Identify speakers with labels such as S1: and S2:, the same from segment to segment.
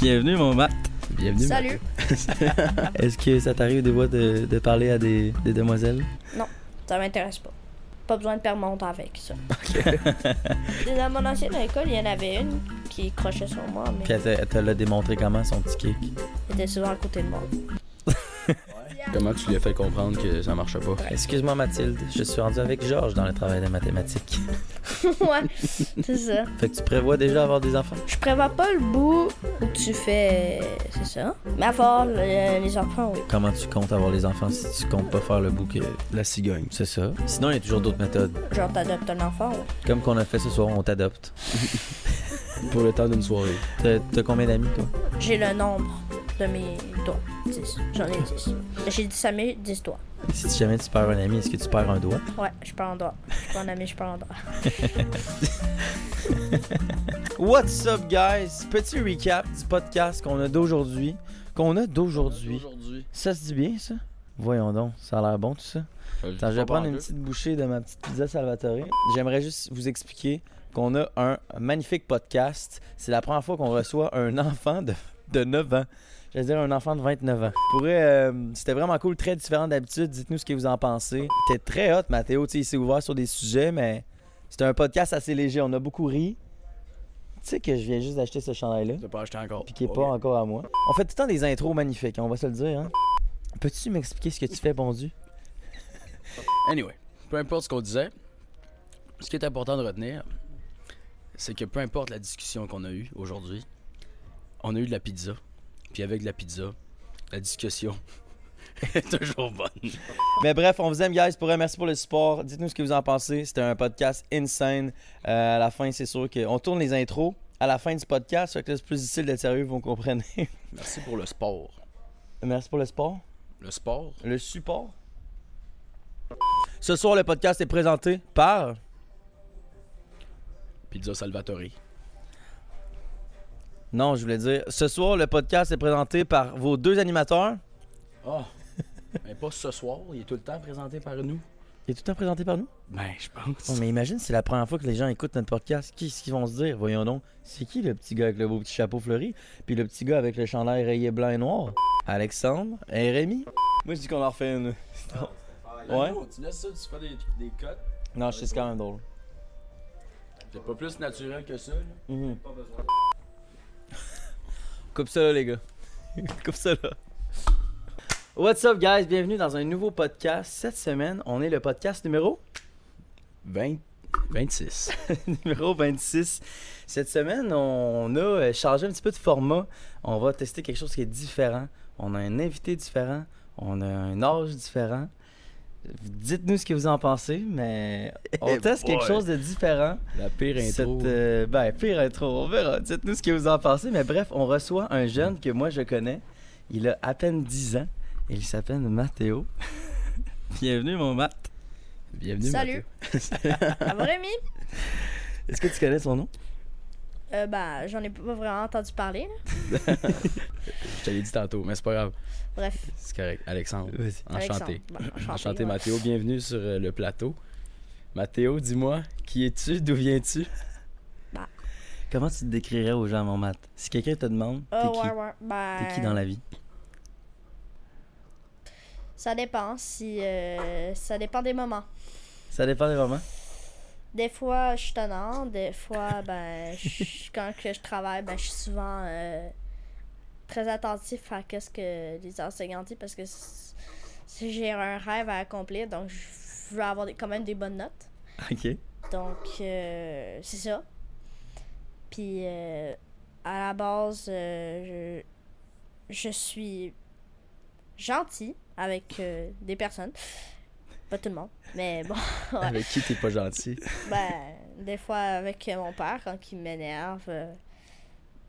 S1: Bienvenue, mon Matt.
S2: Bienvenue.
S3: Salut.
S2: Matt. Est-ce que ça t'arrive des fois de, de parler à des, des demoiselles?
S3: Ça m'intéresse pas. Pas besoin de perdre mon temps avec ça. Dans mon ancienne école, il y en avait une qui crochait sur moi, mais
S2: Puis elle te- elle te l'a démontré comment, son petit kick?
S3: elle était souvent à côté de moi.
S4: Comment tu lui as fait comprendre que ça marchait pas?
S2: Excuse-moi, Mathilde, je suis rendu avec Georges dans le travail de mathématiques.
S3: ouais, c'est ça.
S2: Fait que tu prévois déjà avoir des enfants?
S3: Je prévois pas le bout où tu fais. C'est ça. Mais avoir le- les enfants, oui.
S2: Comment tu comptes avoir les enfants si tu comptes pas faire le bout que...
S4: La cigogne.
S2: C'est ça. Sinon, il y a toujours d'autres méthodes.
S3: Genre, t'adoptes un enfant, oui.
S2: Comme qu'on a fait ce soir, on t'adopte.
S4: Pour le temps d'une soirée.
S2: T'as t'as combien d'amis, toi?
S3: J'ai le nombre de mes doigts. 10. J'en ai 10. J'ai 10 amis, 10 doigts.
S2: Si jamais tu perds un ami, est-ce que tu perds un doigt?
S3: Ouais, je parle en doigt. Je suis pas un ami, je parle en doigt.
S2: What's up, guys? Petit recap du podcast qu'on a d'aujourd'hui. Qu'on a d'aujourd'hui.
S4: Aujourd'hui.
S2: Ça se dit bien, ça? Voyons donc, ça a l'air bon tout ça. Attends, je vais prendre une petite bouchée de ma petite pizza Salvatore. J'aimerais juste vous expliquer qu'on a un magnifique podcast. C'est la première fois qu'on reçoit un enfant de, de 9 ans. Je veux dire un enfant de 29 ans. Pour vrai, euh, c'était vraiment cool, très différent d'habitude. Dites-nous ce que vous en pensez. C'était très hot, Mathéo. Tu sais, il s'est ouvert sur des sujets, mais c'était un podcast assez léger. On a beaucoup ri. Tu sais que je viens juste d'acheter ce chandail-là
S4: T'as pas acheté encore.
S2: puis qui est pas encore à moi. On fait tout le temps des intros magnifiques, on va se le dire. Hein? Peux-tu m'expliquer ce que tu fais, bon Dieu?
S4: Anyway, peu importe ce qu'on disait, ce qui est important de retenir, c'est que peu importe la discussion qu'on a eue aujourd'hui, on a eu de la pizza. Puis avec de la pizza, la discussion est toujours bonne.
S2: Mais bref, on vous aime, guys. Pour vrai, merci pour le support. Dites-nous ce que vous en pensez. C'était un podcast insane. Euh, à la fin, c'est sûr qu'on tourne les intros à la fin du podcast. Fait que là, c'est plus difficile d'être sérieux, vous comprenez.
S4: Merci pour le sport.
S2: merci pour le support.
S4: Le sport?
S2: Le support. Ce soir, le podcast est présenté par.
S4: Pizza Salvatore.
S2: Non, je voulais dire. Ce soir, le podcast est présenté par vos deux animateurs.
S4: Ah! Mais pas ce soir, il est tout le temps présenté par nous.
S2: Il est tout le temps présenté par nous?
S4: Ben, je pense.
S2: Oh, mais imagine, c'est la première fois que les gens écoutent notre podcast. Qu'est-ce qu'ils vont se dire? Voyons donc, c'est qui le petit gars avec le beau petit chapeau fleuri? Puis le petit gars avec le chandail rayé blanc et noir? Alexandre et Rémi? Moi, je dis qu'on en refait une. Ouais.
S4: Non, tu laisses ça, tu fais des, des cotes.
S2: Non, je sais, c'est quand même drôle.
S4: C'est pas plus naturel que ça. Là.
S2: Mhm. Coupe ça là, les gars. Coupe ça là. What's up, guys? Bienvenue dans un nouveau podcast. Cette semaine, on est le podcast numéro
S4: 20, 26.
S2: numéro 26. Cette semaine, on a euh, changé un petit peu de format. On va tester quelque chose qui est différent. On a un invité différent. On a un âge différent. Dites-nous ce que vous en pensez, mais on
S4: Eh
S2: teste quelque
S4: boy.
S2: chose de différent.
S4: La pire intro.
S2: Cette, euh, ben, pire intro, on verra. Dites-nous ce que vous en pensez. Mais bref, on reçoit un jeune que moi je connais. Il a à peine 10 ans. Il s'appelle Mathéo. Bienvenue, mon Matt.
S4: Bienvenue.
S3: Salut. À vrai, Mimi?
S2: Est-ce que tu connais son nom?
S3: Euh, bah, j'en ai pas vraiment entendu parler. là.
S4: Mathéo. Je te l'ai dit tantôt, mais c'est pas grave.
S3: Bref,
S4: C'est correct. Alexandre.
S2: Vas-y.
S4: Enchanté.
S3: Alexandre. Bah,
S4: Enchanté,
S3: ouais.
S4: Mathéo. Bienvenue sur euh, le plateau. Mathéo, dis-moi, qui es-tu? D'où viens-tu?
S2: Comment tu te décrirais aux gens, mon Matt? Si quelqu'un te demande, t'es
S3: Ah,
S2: qui?
S3: ouais, ouais. Bah,
S2: T'es qui dans la vie?
S3: Ça dépend si. euh, ça dépend des moments.
S2: Ça dépend des moments.
S3: Des fois, je suis tannant. Des fois, ben, je- quand que je travaille, ben, je suis souvent euh, très attentif à quest ce que les enseignants disent parce que c- si j'ai un rêve à accomplir, donc je veux avoir des- quand même des bonnes notes.
S2: Ok.
S3: Donc, euh, c'est ça. Puis, euh, à la base, euh, je, je suis gentil avec euh, des personnes. Pas tout le monde, mais bon. Ouais.
S4: Avec qui t'es pas gentil?
S3: Ben, des fois avec mon père quand il m'énerve. euh,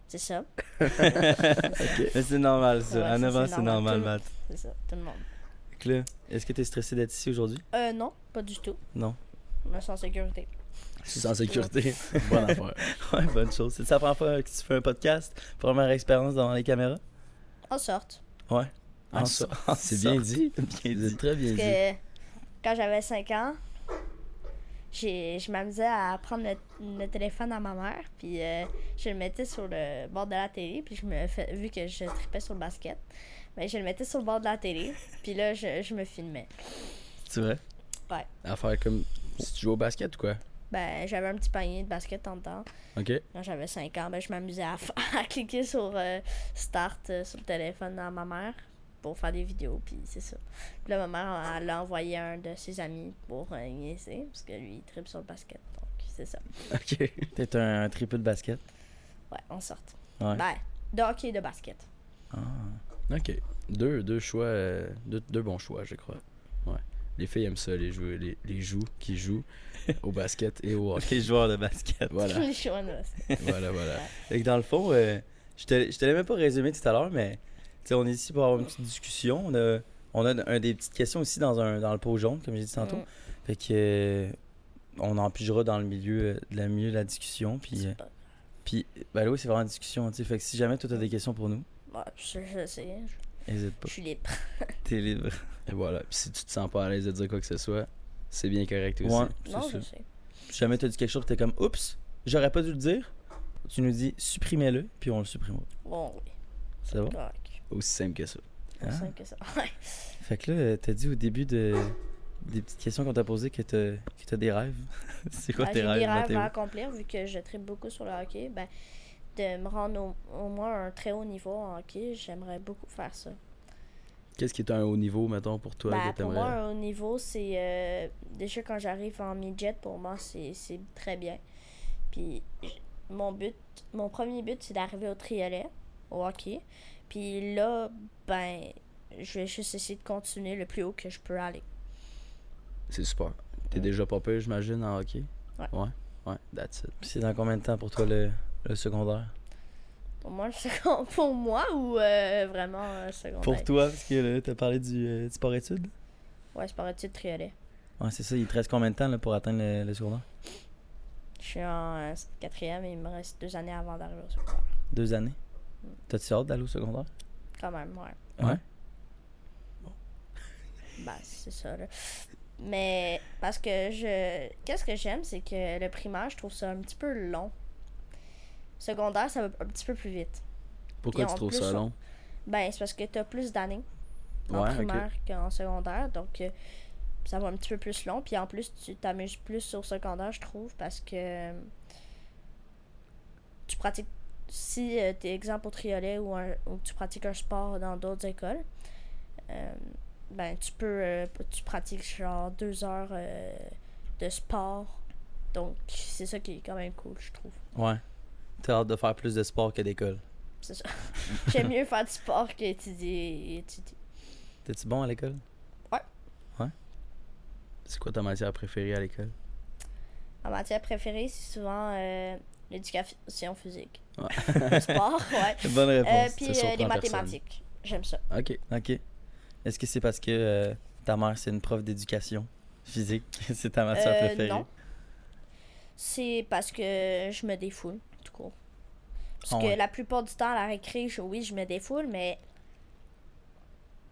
S3: c'est ça,
S2: Mais c'est normal, ça.
S3: Ouais,
S2: à
S3: ça,
S2: 9 ans,
S3: c'est
S2: c'est normal,
S3: normal.
S2: Matt.
S3: c'est ça, tout le monde.
S2: Fait que là, est-ce que t'es stressé d'être ici aujourd'hui?
S3: Euh, non, pas du tout.
S2: Non.
S3: Je me sens en sécurité.
S4: Je suis en sécurité. Bonne affaire.
S2: Ouais, bonne chose. C'est la première fois que tu fais un podcast? Première expérience devant les caméras?
S3: En sorte.
S2: Ouais.
S4: En
S2: so- en
S4: Ah, C'est bien
S2: sorte.
S4: dit.
S2: Bien dit.
S4: C'est très bien
S3: Parce
S4: dit.
S3: que quand j'avais 5 ans, j'ai- je m'amusais à prendre le, le téléphone à ma mère, puis euh, je le mettais sur le bord de la télé, puis je me fais, vu que je tripais sur le basket, ben, je le mettais sur le bord de la télé, puis là, je, je me filmais.
S2: C'est vrai?
S3: Ouais.
S4: À faire comme si tu joues au basket ou quoi?
S3: Ben, j'avais un petit panier de basket en temps.
S4: OK.
S3: Quand j'avais 5 ans, ben, je m'amusais à, fa- à cliquer sur euh, Start euh, sur le téléphone à ma mère pour faire des vidéos, puis c'est ça. Puis là, ma mère, elle a envoyé un de ses amis pour euh, niaiser, parce que lui, il tripe sur le basket. Donc, c'est ça.
S4: OK.
S2: T'es un, un triple de basket.
S3: Ouais, on sort.
S2: Ouais.
S3: Ben, de hockey et de basket.
S2: Ah.
S4: Ah. OK. Deux, deux choix, euh, deux, deux bons choix, je crois. Ouais. Les filles aiment ça, les, jou- les, les joues qui jouent au basket et au hockey.
S2: Les joueurs de basket.
S4: Voilà,
S3: Les choix de basket.
S4: voilà, voilà.
S2: Fait que dans le fond, euh, je te, je te l'ai même pas résumé tout à l'heure, mais tu sais, on est ici pour avoir une petite discussion. On a, on a un des petites questions aussi dans, un, dans le pot jaune, comme j'ai dit tantôt.
S3: Mm.
S2: Fait que euh, on en pigera dans le milieu, euh, de la, milieu de la discussion. Puis, euh,
S3: pas-
S2: puis ben là, oui, c'est vraiment une discussion. tu sais. Fait que si jamais toi, t'as des questions pour nous,
S3: Ouais, je, je sais, je-
S2: n'hésite pas.
S3: je suis libre.
S2: T'es libre.
S4: Et voilà. Puis si tu te sens pas à l'aise de dire quoi que ce soit, c'est bien correct aussi.
S2: Ouais, c'est
S3: Non,
S2: ça.
S3: je sais.
S2: Si jamais t'as dit quelque chose que t'es comme, oups, j'aurais pas dû le dire, tu nous dis supprimez-le, puis on le supprimera.
S3: Bon, oui.
S2: Ça va?
S3: Correct.
S4: Aussi simple que ça.
S3: C'est
S2: Ah.
S3: simple que ça. Ouais.
S2: Fait que là, euh, t'as dit au début de... des petites questions qu'on t'a posées que t'as que t'as des rêves. c'est quoi
S3: Ah,
S2: tes
S3: J'ai des
S2: rêves,
S3: rêves
S2: Mathéo?
S3: à accomplir vu que je tripe beaucoup sur le hockey. Ben, de me rendre au, au moins à un très haut niveau en hockey, j'aimerais beaucoup faire ça.
S4: Qu'est-ce qui est un haut niveau, mettons, pour toi,
S3: Ben,
S4: que
S3: pour
S4: t'aimerais-
S3: moi, un haut niveau, c'est. euh, déjà, quand j'arrive en midget, pour moi, c'est c'est très bien. Puis, j- mon but, mon premier but, c'est d'arriver au triolet, au hockey. Puis là, ben, je vais juste essayer de continuer le plus haut que je peux aller.
S4: C'est super. T'es
S3: Mm.
S4: déjà pas peu, j'imagine, en hockey?
S3: Ouais.
S4: Ouais, ouais, that's it.
S2: Puis c'est dans combien de temps pour toi le, le secondaire?
S3: Pour moi, le second- pour moi ou euh, vraiment euh, secondaire?
S2: Pour toi, parce que là, t'as parlé du, euh, du sport-études?
S3: Ouais, c'est par le titre triolet.
S2: Ouais, c'est ça. Il te reste combien de temps là, pour atteindre le, le secondaire?
S3: Je suis en euh, quatrième et il me reste deux années avant d'arriver au secondaire.
S2: Deux années? T'as-tu hâte d'aller au secondaire?
S3: Quand même, ouais.
S2: Ouais.
S3: Bah, c'est ça, là. Mais parce que je. Qu'est-ce que j'aime, c'est que le primaire, je trouve ça un petit peu long. Secondaire, ça va un petit peu plus vite.
S4: Pourquoi
S3: Puis
S4: tu
S3: en
S4: trouves
S3: plus,
S4: ça
S3: on-
S4: long?
S3: Ben, c'est parce que t'as plus d'années en
S4: Ouais, ok.
S3: primaire qu'en secondaire, donc euh, ça va un petit peu plus long. Puis en plus, tu t'amuses plus au secondaire, je trouve, parce que euh, tu pratiques. Si euh, t'es exemple au triolet ou, un- ou que tu pratiques un sport dans d'autres écoles, euh, ben tu peux. euh, tu pratiques genre deux heures euh, de sport. Donc c'est ça qui est quand même cool, je trouve.
S2: Ouais. T'as hâte de faire plus de sport que d'école.
S3: C'est ça. J'aime mieux faire du sport qu'étudier. étudier.
S2: T'es-tu bon à l'école?
S4: C'est quoi ta matière préférée à l'école?
S3: Ma matière préférée, c'est souvent euh, l'éducation physique.
S4: Ouais.
S3: le sport, ouais.
S2: Bonne
S3: Euh,
S2: réponse.
S3: puis
S4: ça
S3: euh,
S4: surprend
S3: les
S4: personne.
S3: mathématiques. J'aime ça.
S4: Ok.
S3: Euh,
S2: Ok. Est-ce que c'est parce que euh, ta mère, c'est une prof d'éducation physique? c'est ta matière
S3: Euh,
S2: préférée?
S3: non. C'est parce que je me défoule, tout court. Parce
S2: Ah
S3: que
S2: ouais.
S3: la plupart du temps, à la récré, je- oui, je me défoule, mais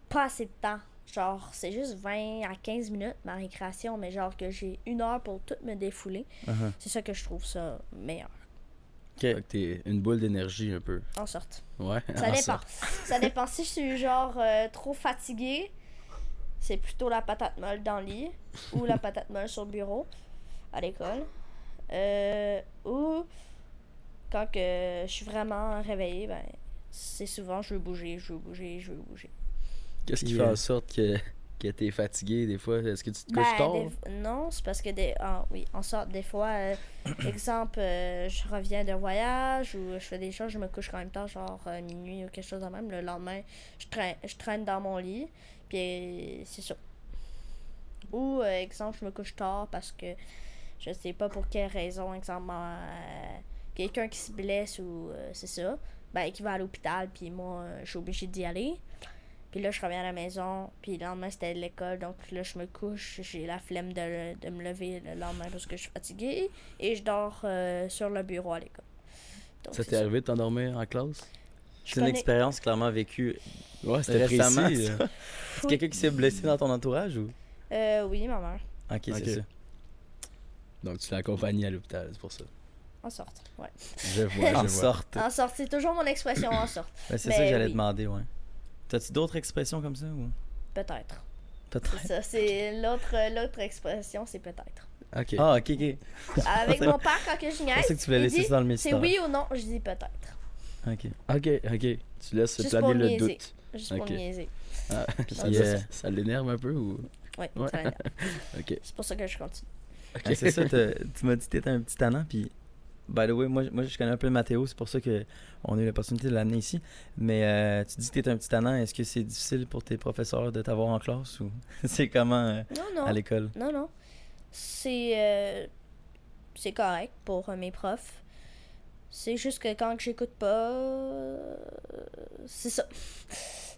S3: pas assez de temps. Genre, c'est juste 20 à 15 minutes ma récréation, mais genre que j'ai une heure pour tout me défouler.
S2: Uh-huh.
S3: C'est ça que je trouve ça meilleur.
S4: Fait que t'es une boule d'énergie un peu.
S3: En sorte.
S4: Ouais.
S3: Ça
S4: en
S3: dépend.
S4: sorte.
S3: ça dépend. Si je suis genre euh, trop fatiguée, c'est plutôt la patate molle dans le lit ou la patate molle sur le bureau à l'école. Euh, ou quand que je suis vraiment réveillée, ben, c'est souvent je veux bouger, je veux bouger, je veux bouger.
S4: Qu'est-ce qui
S2: Puis,
S4: fait
S2: euh,
S4: en sorte que, que t'es fatigué des fois? Est-ce que tu te couches
S3: Ben,
S4: tard?
S3: des f- Non, c'est parce que des. ah oui, en sorte, des fois, euh, exemple, euh, je reviens d'un voyage ou je fais des choses, je me couche quand même tard, genre euh, minuit ou quelque chose de même. Le lendemain, je traîne, je traîne dans mon lit, puis euh, c'est ça. Ou, euh, exemple, je me couche tard parce que je sais pas pour quelle raison, exemple, euh, quelqu'un qui se blesse ou euh, c'est ça, ben, qui va à l'hôpital, puis moi, euh, je suis obligée d'y aller. Puis là, je reviens à la maison. Puis le lendemain, c'était l'école. Donc là, je me couche. J'ai la flemme de, de me lever le lendemain parce que je suis fatiguée. Et je dors euh, sur le bureau à l'école. Donc,
S4: Ça
S3: c'est
S4: t'est arrivé de t'endormir en classe?
S3: Je
S2: C'est une
S3: connais-
S2: expérience clairement vécue
S4: Ouais,
S2: récemment.
S4: précis, euh.
S2: ça.
S4: là.
S2: C'est quelqu'un qui s'est blessé dans ton entourage ou?
S3: Euh, oui, ma mère.
S2: Ok,
S4: Ok.
S2: c'est ça.
S4: Donc tu l'as accompagné à l'hôpital, c'est pour ça.
S3: En sorte, ouais.
S4: Je vois, je
S2: En
S4: vois.
S2: sorte.
S3: En sorte, c'est toujours mon expression en sorte.
S2: Ben, c'est
S3: Ben
S2: ça que j'allais
S3: oui.
S2: demander, ouais. T'as-tu d'autres expressions comme ça ou
S3: Peut-être. C'est
S2: peut-être
S3: ça, c'est l'autre l'autre expression, c'est peut-être.
S4: Ok.
S2: Ah, ok, ok.
S3: Avec
S2: C'est
S3: mon père, quand que je
S2: Je
S3: niaise,
S2: pensais que tu voulais
S3: il
S2: laisser
S3: dit,
S2: ça dans le
S3: c'est
S2: mystère.
S3: oui ou non, je dis peut-être.
S2: Ok.
S4: Ok, ok. Tu laisses
S3: Juste
S4: planer
S3: pour
S4: le
S3: niaiser.
S4: doute.
S3: Juste
S4: Ok.
S3: pour niaiser.
S4: Ah,
S2: Puis,
S4: ça,
S2: euh,
S4: ça- ça l'énerve un peu ou.
S3: Ouais,
S4: Ouais.
S3: ça m'énerve.
S4: Ok.
S3: C'est pour ça que je continue.
S4: ok.
S2: Ouais, Ah, c'est ça, t'as- tu m'as dit que t'étais un petit tannant, puis by the way, moi, moi je connais un peu Mathéo, c'est pour ça que on a eu l'opportunité de l'amener ici. Mais euh, tu dis que t'es un petit tannant, est-ce que c'est difficile pour tes professeurs de t'avoir en classe ou c'est comment euh,
S3: Non, non.
S2: à l'école?
S3: Non, non. C'est. euh, c'est correct pour euh, mes profs. C'est juste que quand que j'écoute pas. euh, c'est ça.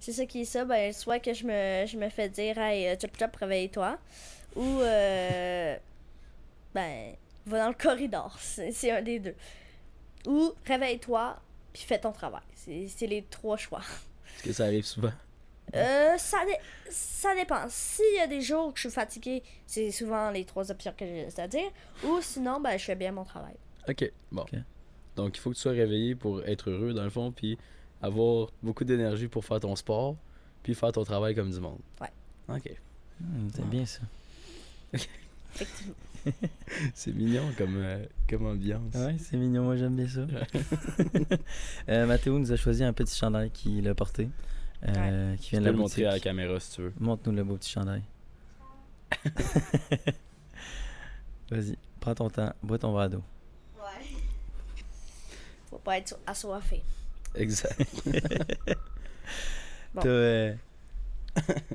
S3: C'est ça qui est ça. Ben, soit que je me, je me fais dire, hey, euh, chop chop, réveille-toi. Ou. euh, ben, va dans le corridor. C'est c'est un des deux. Ou réveille-toi, puis fais ton travail. C'est c'est les trois choix.
S4: Est-ce que ça arrive souvent?
S3: Euh, ça, dé- ça dépend. S'il y a des jours que je suis fatiguée, c'est souvent les trois options que j'ai, c'est-à-dire. Ou sinon, ben, je fais bien mon travail.
S4: Ok. Bon.
S2: Ok.
S4: Donc il faut que tu sois réveillé pour être heureux dans le fond, puis avoir beaucoup d'énergie pour faire ton sport, puis faire ton travail comme du monde.
S3: Ouais.
S4: Ok.
S2: Hmm, c'est
S4: Ah.
S2: bien ça.
S3: Effectivement.
S4: C'est mignon comme, euh, comme ambiance.
S2: Ouais, c'est mignon, moi j'aime bien ça. Euh, Mathéo nous a choisi un petit chandail qu'il a porté, euh, qui
S4: Tu
S2: vient
S4: peux
S2: de la
S4: le
S2: boutique.
S4: montrer à la caméra si tu veux.
S2: Montre-nous le beau petit chandail. Vas-y, prends ton temps, bois ton verre d'eau.
S3: Ouais. Faut pas être assoiffé.
S4: Exact.
S3: Bon.
S2: T'as, euh,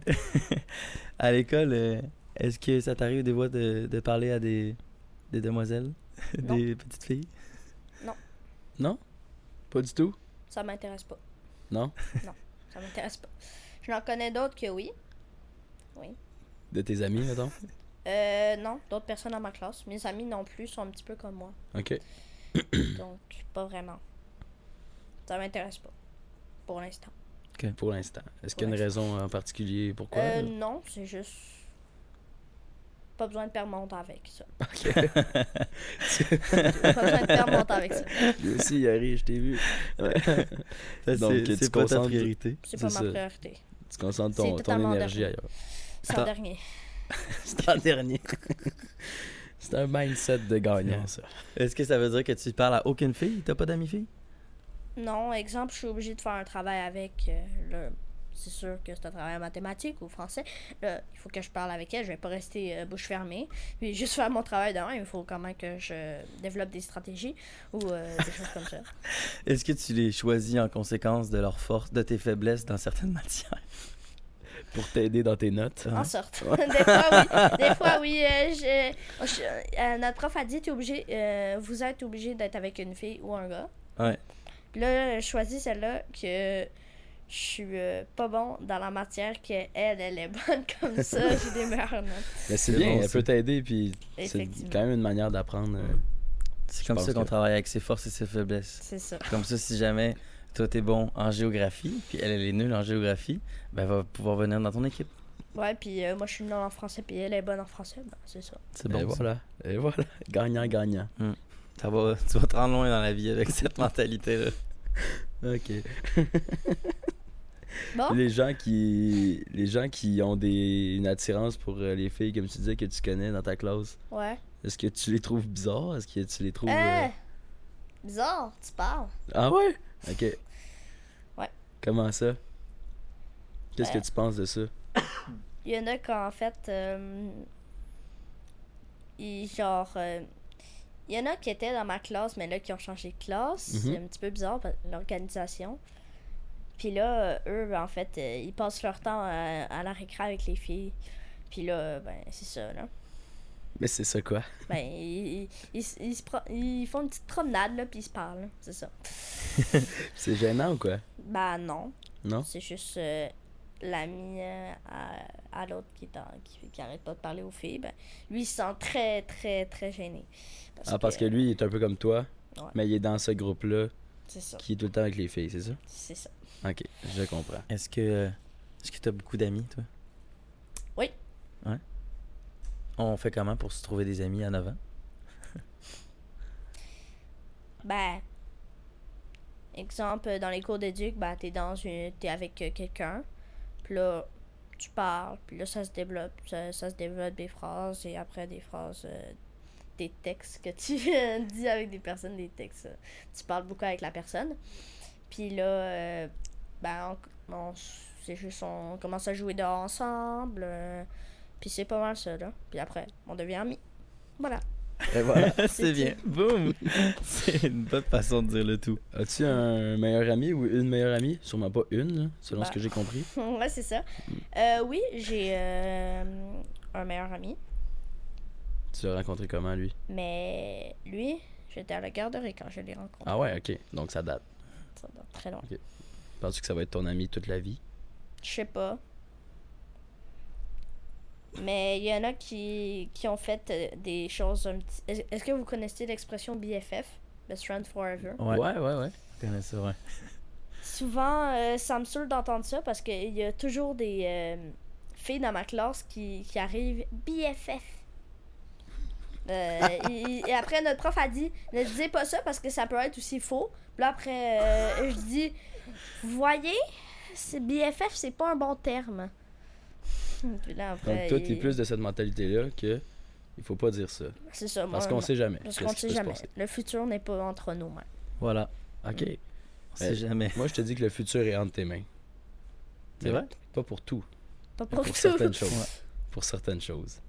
S2: à l'école, euh, est-ce que ça t'arrive des fois de, de parler à des, des demoiselles,
S3: Non.
S2: des petites filles?
S4: Non? Pas du tout?
S3: Ça m'intéresse pas.
S4: Non?
S3: Ça m'intéresse pas. Je n'en connais d'autres que oui.
S4: De tes amis, mettons?
S3: Euh, non, d'autres personnes dans ma classe. Mes amis non plus sont un petit peu comme moi.
S4: Ok.
S3: Donc, pas vraiment. Ça m'intéresse pas. Pour l'instant.
S4: Pour l'instant. Est-ce
S3: Pour
S4: qu'il y a une
S3: l'instant.
S4: raison en particulier pourquoi?
S3: Euh, non, c'est juste. Pas besoin de perdre mon temps avec ça. pas besoin de perdre mon temps avec ça.
S4: Lui aussi, il arrive, je t'ai vu.
S2: Ça,
S4: Donc,
S2: c'est-
S4: tu
S2: c'est pas ta
S4: concentres-
S2: priorité.
S3: C'est pas
S4: C'est
S3: ma
S4: ça.
S3: priorité.
S4: Tu concentres
S3: C'est
S4: ton, ton
S3: totalement
S4: énergie
S3: dingue.
S4: ailleurs.
S3: C'est
S4: Ah.
S3: en dernier.
S4: C'est en dernier. C'est un mindset de gagnant, ça.
S2: Est-ce que ça veut dire que tu parles à aucune fille? T'as pas d'amis filles?
S3: Non, exemple, je suis obligée de faire un travail avec euh, le. C'est sûr que c'est un travail en mathématiques ou français. Là, il faut que je parle avec elle. Je vais pas rester euh, bouche fermée. Puis juste faire mon travail de même. Il faut quand même que je développe des stratégies ou euh, des choses comme ça.
S2: Est-ce que tu les choisis en conséquence de leurs forces, de tes faiblesses dans certaines matières?
S4: Pour t'aider dans tes notes.
S2: Ouais.
S3: En sorte. des fois, oui. Des fois, oui. euh, je- je- euh, notre prof a dit t'es obligé, euh, vous êtes obligé d'être avec une fille ou un gars.
S2: Ouais.
S3: Puis Là, je choisis celle-là que je suis euh, pas bon dans la matière qu'elle, elle est bonne comme ça. J'ai des meilleures notes.
S4: Mais c'est
S2: C'est
S4: bien,
S2: bon,
S4: elle
S2: ça.
S4: peut t'aider, puis c'est
S3: Effectivement.
S4: quand même une manière d'apprendre. euh,
S2: C'est
S4: Je
S2: comme ça
S4: pense
S2: qu'on
S4: que-
S2: travaille avec ses forces et ses faiblesses.
S3: C'est ça.
S2: Comme ça, si jamais toi t'es bon en géographie, puis elle, elle est nulle en géographie, ben elle va pouvoir venir dans ton équipe.
S3: Ouais, puis euh, moi, je suis nulle en français, puis elle est bonne en français. Ben, c'est ça.
S2: C'est
S4: et
S2: bon. ça.
S4: voilà. Et voilà. Gagnant, gagnant.
S2: Ça va- tu vas te rendre loin dans la vie avec cette mentalité-là.
S4: OK.
S3: Bon,
S4: Les gens qui les gens qui ont des une attirance pour euh, les filles comme tu disais que tu connais dans ta classe.
S3: ouais.
S4: Est-ce que tu les trouves bizarres Est-ce que tu les trouves euh,
S3: Hein? Bizarre, tu parles.
S4: Ah ouais OK.
S3: Ouais.
S4: Comment ça Qu'est-ce
S3: Ben-
S4: que tu penses de ça
S3: Il y en a qui, en fait, euh, ils, genre. euh, il y en a qui étaient dans ma classe, mais là, qui ont changé de classe. C'est
S4: Mhm.
S3: un petit peu bizarre, parce- l'organisation. Puis là, euh, eux, en fait, euh, ils passent leur temps à, à la récré avec les filles. Puis là, euh, ben, c'est ça, là.
S4: Mais c'est ça quoi
S3: Ben, ils, ils- ils- ils se pro- ils font une petite promenade, là, puis ils se parlent, là. c'est ça.
S4: C'est gênant ou quoi
S3: Ben, non.
S4: Non
S3: C'est juste euh, l'ami euh, à, à l'autre qui, est en- qui, qui arrête pas de parler aux filles. Ben, lui, il se sent très, très, très gêné.
S4: Ah parce que lui il est un peu comme toi,
S3: Ouais.
S4: mais il est dans ce groupe là
S3: C'est ça.
S4: qui est tout le temps avec les filles, c'est ça
S3: C'est ça.
S4: OK, je comprends.
S2: Est-ce que euh, est-ce que t'as beaucoup d'amis, toi?
S3: Oui.
S2: Ouais. On fait comment pour se trouver des amis à 9 ans?
S3: Ben, exemple, dans les cours d'éduc, ben, t'es dans une, t'es avec euh, quelqu'un, puis là, tu parles, puis là, ça se développe, ça, ça se développe des phrases, et après des phrases, euh, des textes que tu euh, dis avec des personnes, des textes. euh, Tu parles beaucoup avec la personne, puis là, euh, ben, on, on s- c'est juste, on commence à jouer dehors ensemble, euh, puis c'est pas mal ça, là. Puis après, on devient amis. Voilà.
S2: Et voilà, c'est
S3: C'est
S2: bien. Boum! C'est une bonne façon de dire le tout.
S4: As-tu un meilleur ami ou une meilleure amie Sûrement pas une, là, selon
S3: Bah.
S4: ce que j'ai compris.
S3: ouais, c'est ça. Euh, oui, j'ai euh, un meilleur ami,
S4: Tu l'as rencontré comment, lui
S3: mais lui, j'étais à la garderie quand je l'ai rencontré.
S4: Ah ouais, ok. Donc ça date.
S3: Ça date très loin.
S4: Penses-tu que ça va être ton ami toute la vie
S3: Je sais pas. Mais il y en a qui, qui ont fait euh, des choses un petit. Est-ce est-ce que vous connaissez l'expression BFF? Best friend forever.
S2: Ouais,
S4: ouais, ouais. ouais.
S2: je connais ça, ouais.
S3: Souvent, euh, ça me saoule d'entendre ça parce qu'il y a toujours des euh, filles dans ma classe qui, qui arrivent BFF. Euh, et, et après, notre prof a dit Ne disez pas ça parce que ça peut être aussi faux. Puis là, après, euh, je dis Vous voyez, c'est BFF, c'est pas un bon terme. Puis là,
S4: Donc
S3: après.
S4: toi,
S3: il-
S4: t'es plus de cette mentalité-là que il faut pas dire ça.
S3: C'est ça, moi,
S4: Parce qu'on sait jamais.
S3: Parce
S4: qu'est-ce
S3: qu'on
S4: qui
S3: sait
S4: peut se
S3: jamais.
S4: passer.
S3: Le futur n'est pas entre nous, même.
S2: Voilà,
S4: Ok.
S2: Ben, on sait jamais.
S4: Moi, je te dis que le futur est entre tes mains.
S2: C'est
S4: Mais
S2: vrai?
S4: Pas pour tout.
S3: Pas
S4: mais
S3: pour
S4: pour
S3: tout.
S4: certaines choses. Pour certaines choses.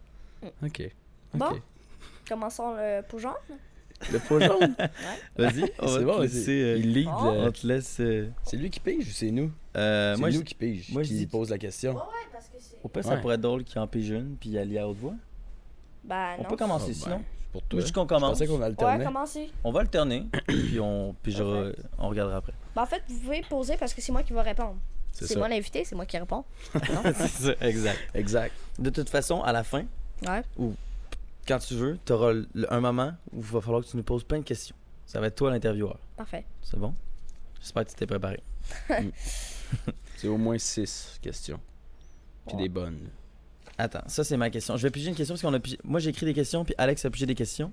S3: Mm.
S4: Ok.
S3: Bon.
S4: Ok.
S3: Commençons le Poujon.
S4: Le poison.
S2: Vas-y, on va
S4: c'est
S2: te
S4: bon,
S2: laisser,
S4: c'est-
S2: euh,
S4: il lead.
S3: Oh.
S4: le-
S2: on te laisse. euh,
S4: C'est lui qui pige ou c'est nous
S2: euh,
S4: C'est
S2: moi,
S4: nous
S2: je-
S4: qui pige.
S2: moi, je
S4: qui
S2: dis-
S4: pose la question.
S2: Oh,
S3: ouais, parce que c'est.
S2: au pire, ça
S4: Ouais.
S2: pourrait être drôle qu'il en pige une puis aller à haute voix.
S3: Bah,
S2: on
S3: non.
S2: peut commencer
S4: Ah,
S2: sinon.
S4: ben, Pour
S2: Moi,
S4: toi.
S2: Oh, je dis qu'on
S4: Je
S2: commence.
S4: pensais qu'on
S3: Ouais,
S4: alternait.
S3: commencez.
S2: On va alterner puis on pigera,
S3: Parfait.
S2: on regardera après.
S3: Bah, en fait, vous pouvez poser parce que c'est moi qui vais répondre.
S4: C'est
S3: C'est
S4: ça.
S3: moi l'invité, c'est moi qui réponds.
S2: c'est ça, exact.
S4: Exact.
S2: De toute façon, à la fin,
S3: Ouais.
S2: quand tu veux, tu auras un moment où il va falloir que tu nous poses plein de questions. Ça va être toi l'intervieweur.
S3: Parfait.
S2: C'est bon? J'espère que tu t'es préparé.
S4: C'est au moins six questions. Puis
S3: Ouais.
S4: des bonnes.
S2: Attends, ça c'est ma question. Je vais piger une question parce qu'on a pigé- Moi j'ai écrit des questions, puis Alex a pigé des questions.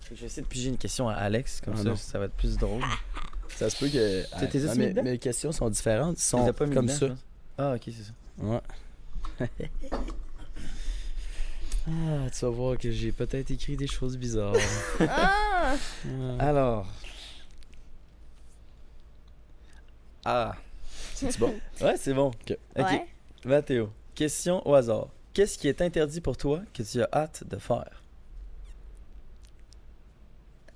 S2: Fait que Je vais essayer de piger une question à Alex, comme
S4: Ah
S2: ça,
S4: non. Ah.
S2: ça va être plus drôle.
S4: Ça se peut que. Ah,
S2: t'es juste
S4: non,
S2: mis
S4: mes,
S2: dedans?
S4: mes questions sont différentes. Ils
S2: Tu les
S4: sont
S2: as pas mis
S4: comme
S2: dedans,
S4: ça.
S2: je pense. Ah, ok, c'est ça.
S4: Ouais. ah, tu vas voir que j'ai peut-être écrit des choses bizarres.
S3: ah!
S4: Ah.
S2: Alors. Ah.
S4: C'est bon.
S2: Ouais, c'est bon. Ok.
S3: Ouais.
S2: Mathéo, question au hasard. Qu'est-ce qui est interdit pour toi que tu as hâte de faire?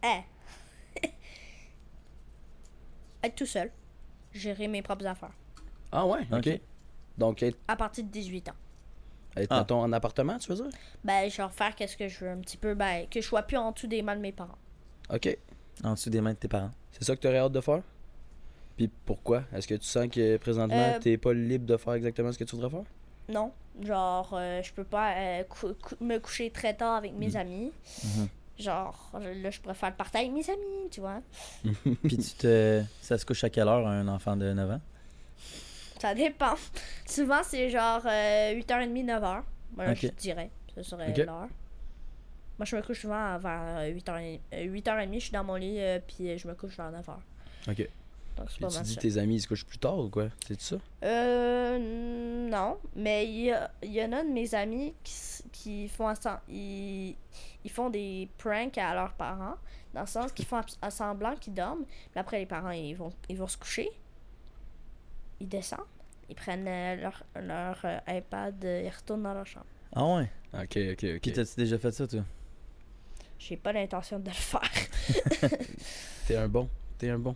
S3: Eh. être tout seul. Gérer mes propres affaires.
S4: Ah ouais, ok.
S2: Ok.
S4: Donc, être,
S3: À partir de 18 ans.
S4: être
S2: Ah.
S4: mettons, en appartement, tu veux dire?
S3: Ben, genre faire qu'est-ce que je veux un petit peu. Ben, que je sois plus en dessous des mains de mes parents.
S4: Ok.
S2: En dessous des mains de tes parents.
S4: C'est ça que tu aurais hâte de faire? Puis pourquoi? Est-ce que tu sens que présentement,
S3: Euh,
S4: t'es pas libre de faire exactement ce que tu voudrais faire?
S3: Non. Genre, euh, je peux pas euh, cou- cou- me coucher très tard avec
S4: Mm.
S3: mes amis.
S4: Mm-hmm.
S2: Mhm.
S3: Genre, là, je préfère le partager avec mes amis, tu vois.
S2: Puis tu te. Ça se couche à quelle heure un enfant de 9 ans?
S3: Ça dépend. Souvent, c'est genre euh, 8h30, 9h. Moi,
S2: Ok.
S3: je dirais. Ce serait
S4: Ok.
S3: l'heure. Moi, je me couche souvent à vers euh, 8h30. 8h30, je suis dans mon lit, euh, puis euh, je me couche vers 9h.
S4: Ok.
S3: Donc, c'est
S4: Puis
S3: pas
S4: tu
S3: mal
S4: dis
S3: ça.
S4: tes amis, ils se couchent plus tard ou quoi? C'est ça?
S3: Euh, non. Mais il y, a- il y en a de mes amis qui, s- qui font en sen- ils, ils font des pranks à leurs parents. Dans le sens qu'ils font abs- à semblant qu'ils dorment. Puis après, les parents, ils vont, ils vont se coucher. Ils descendent. Ils prennent euh, leur, leur euh, iPad, euh, ils retournent dans leur chambre.
S2: Ah ouais?
S4: Ok, ok, ok.
S2: Puis t'as-tu déjà fait ça, toi?
S3: J'ai pas l'intention de le faire.
S4: T'es un bon. T'es un bon.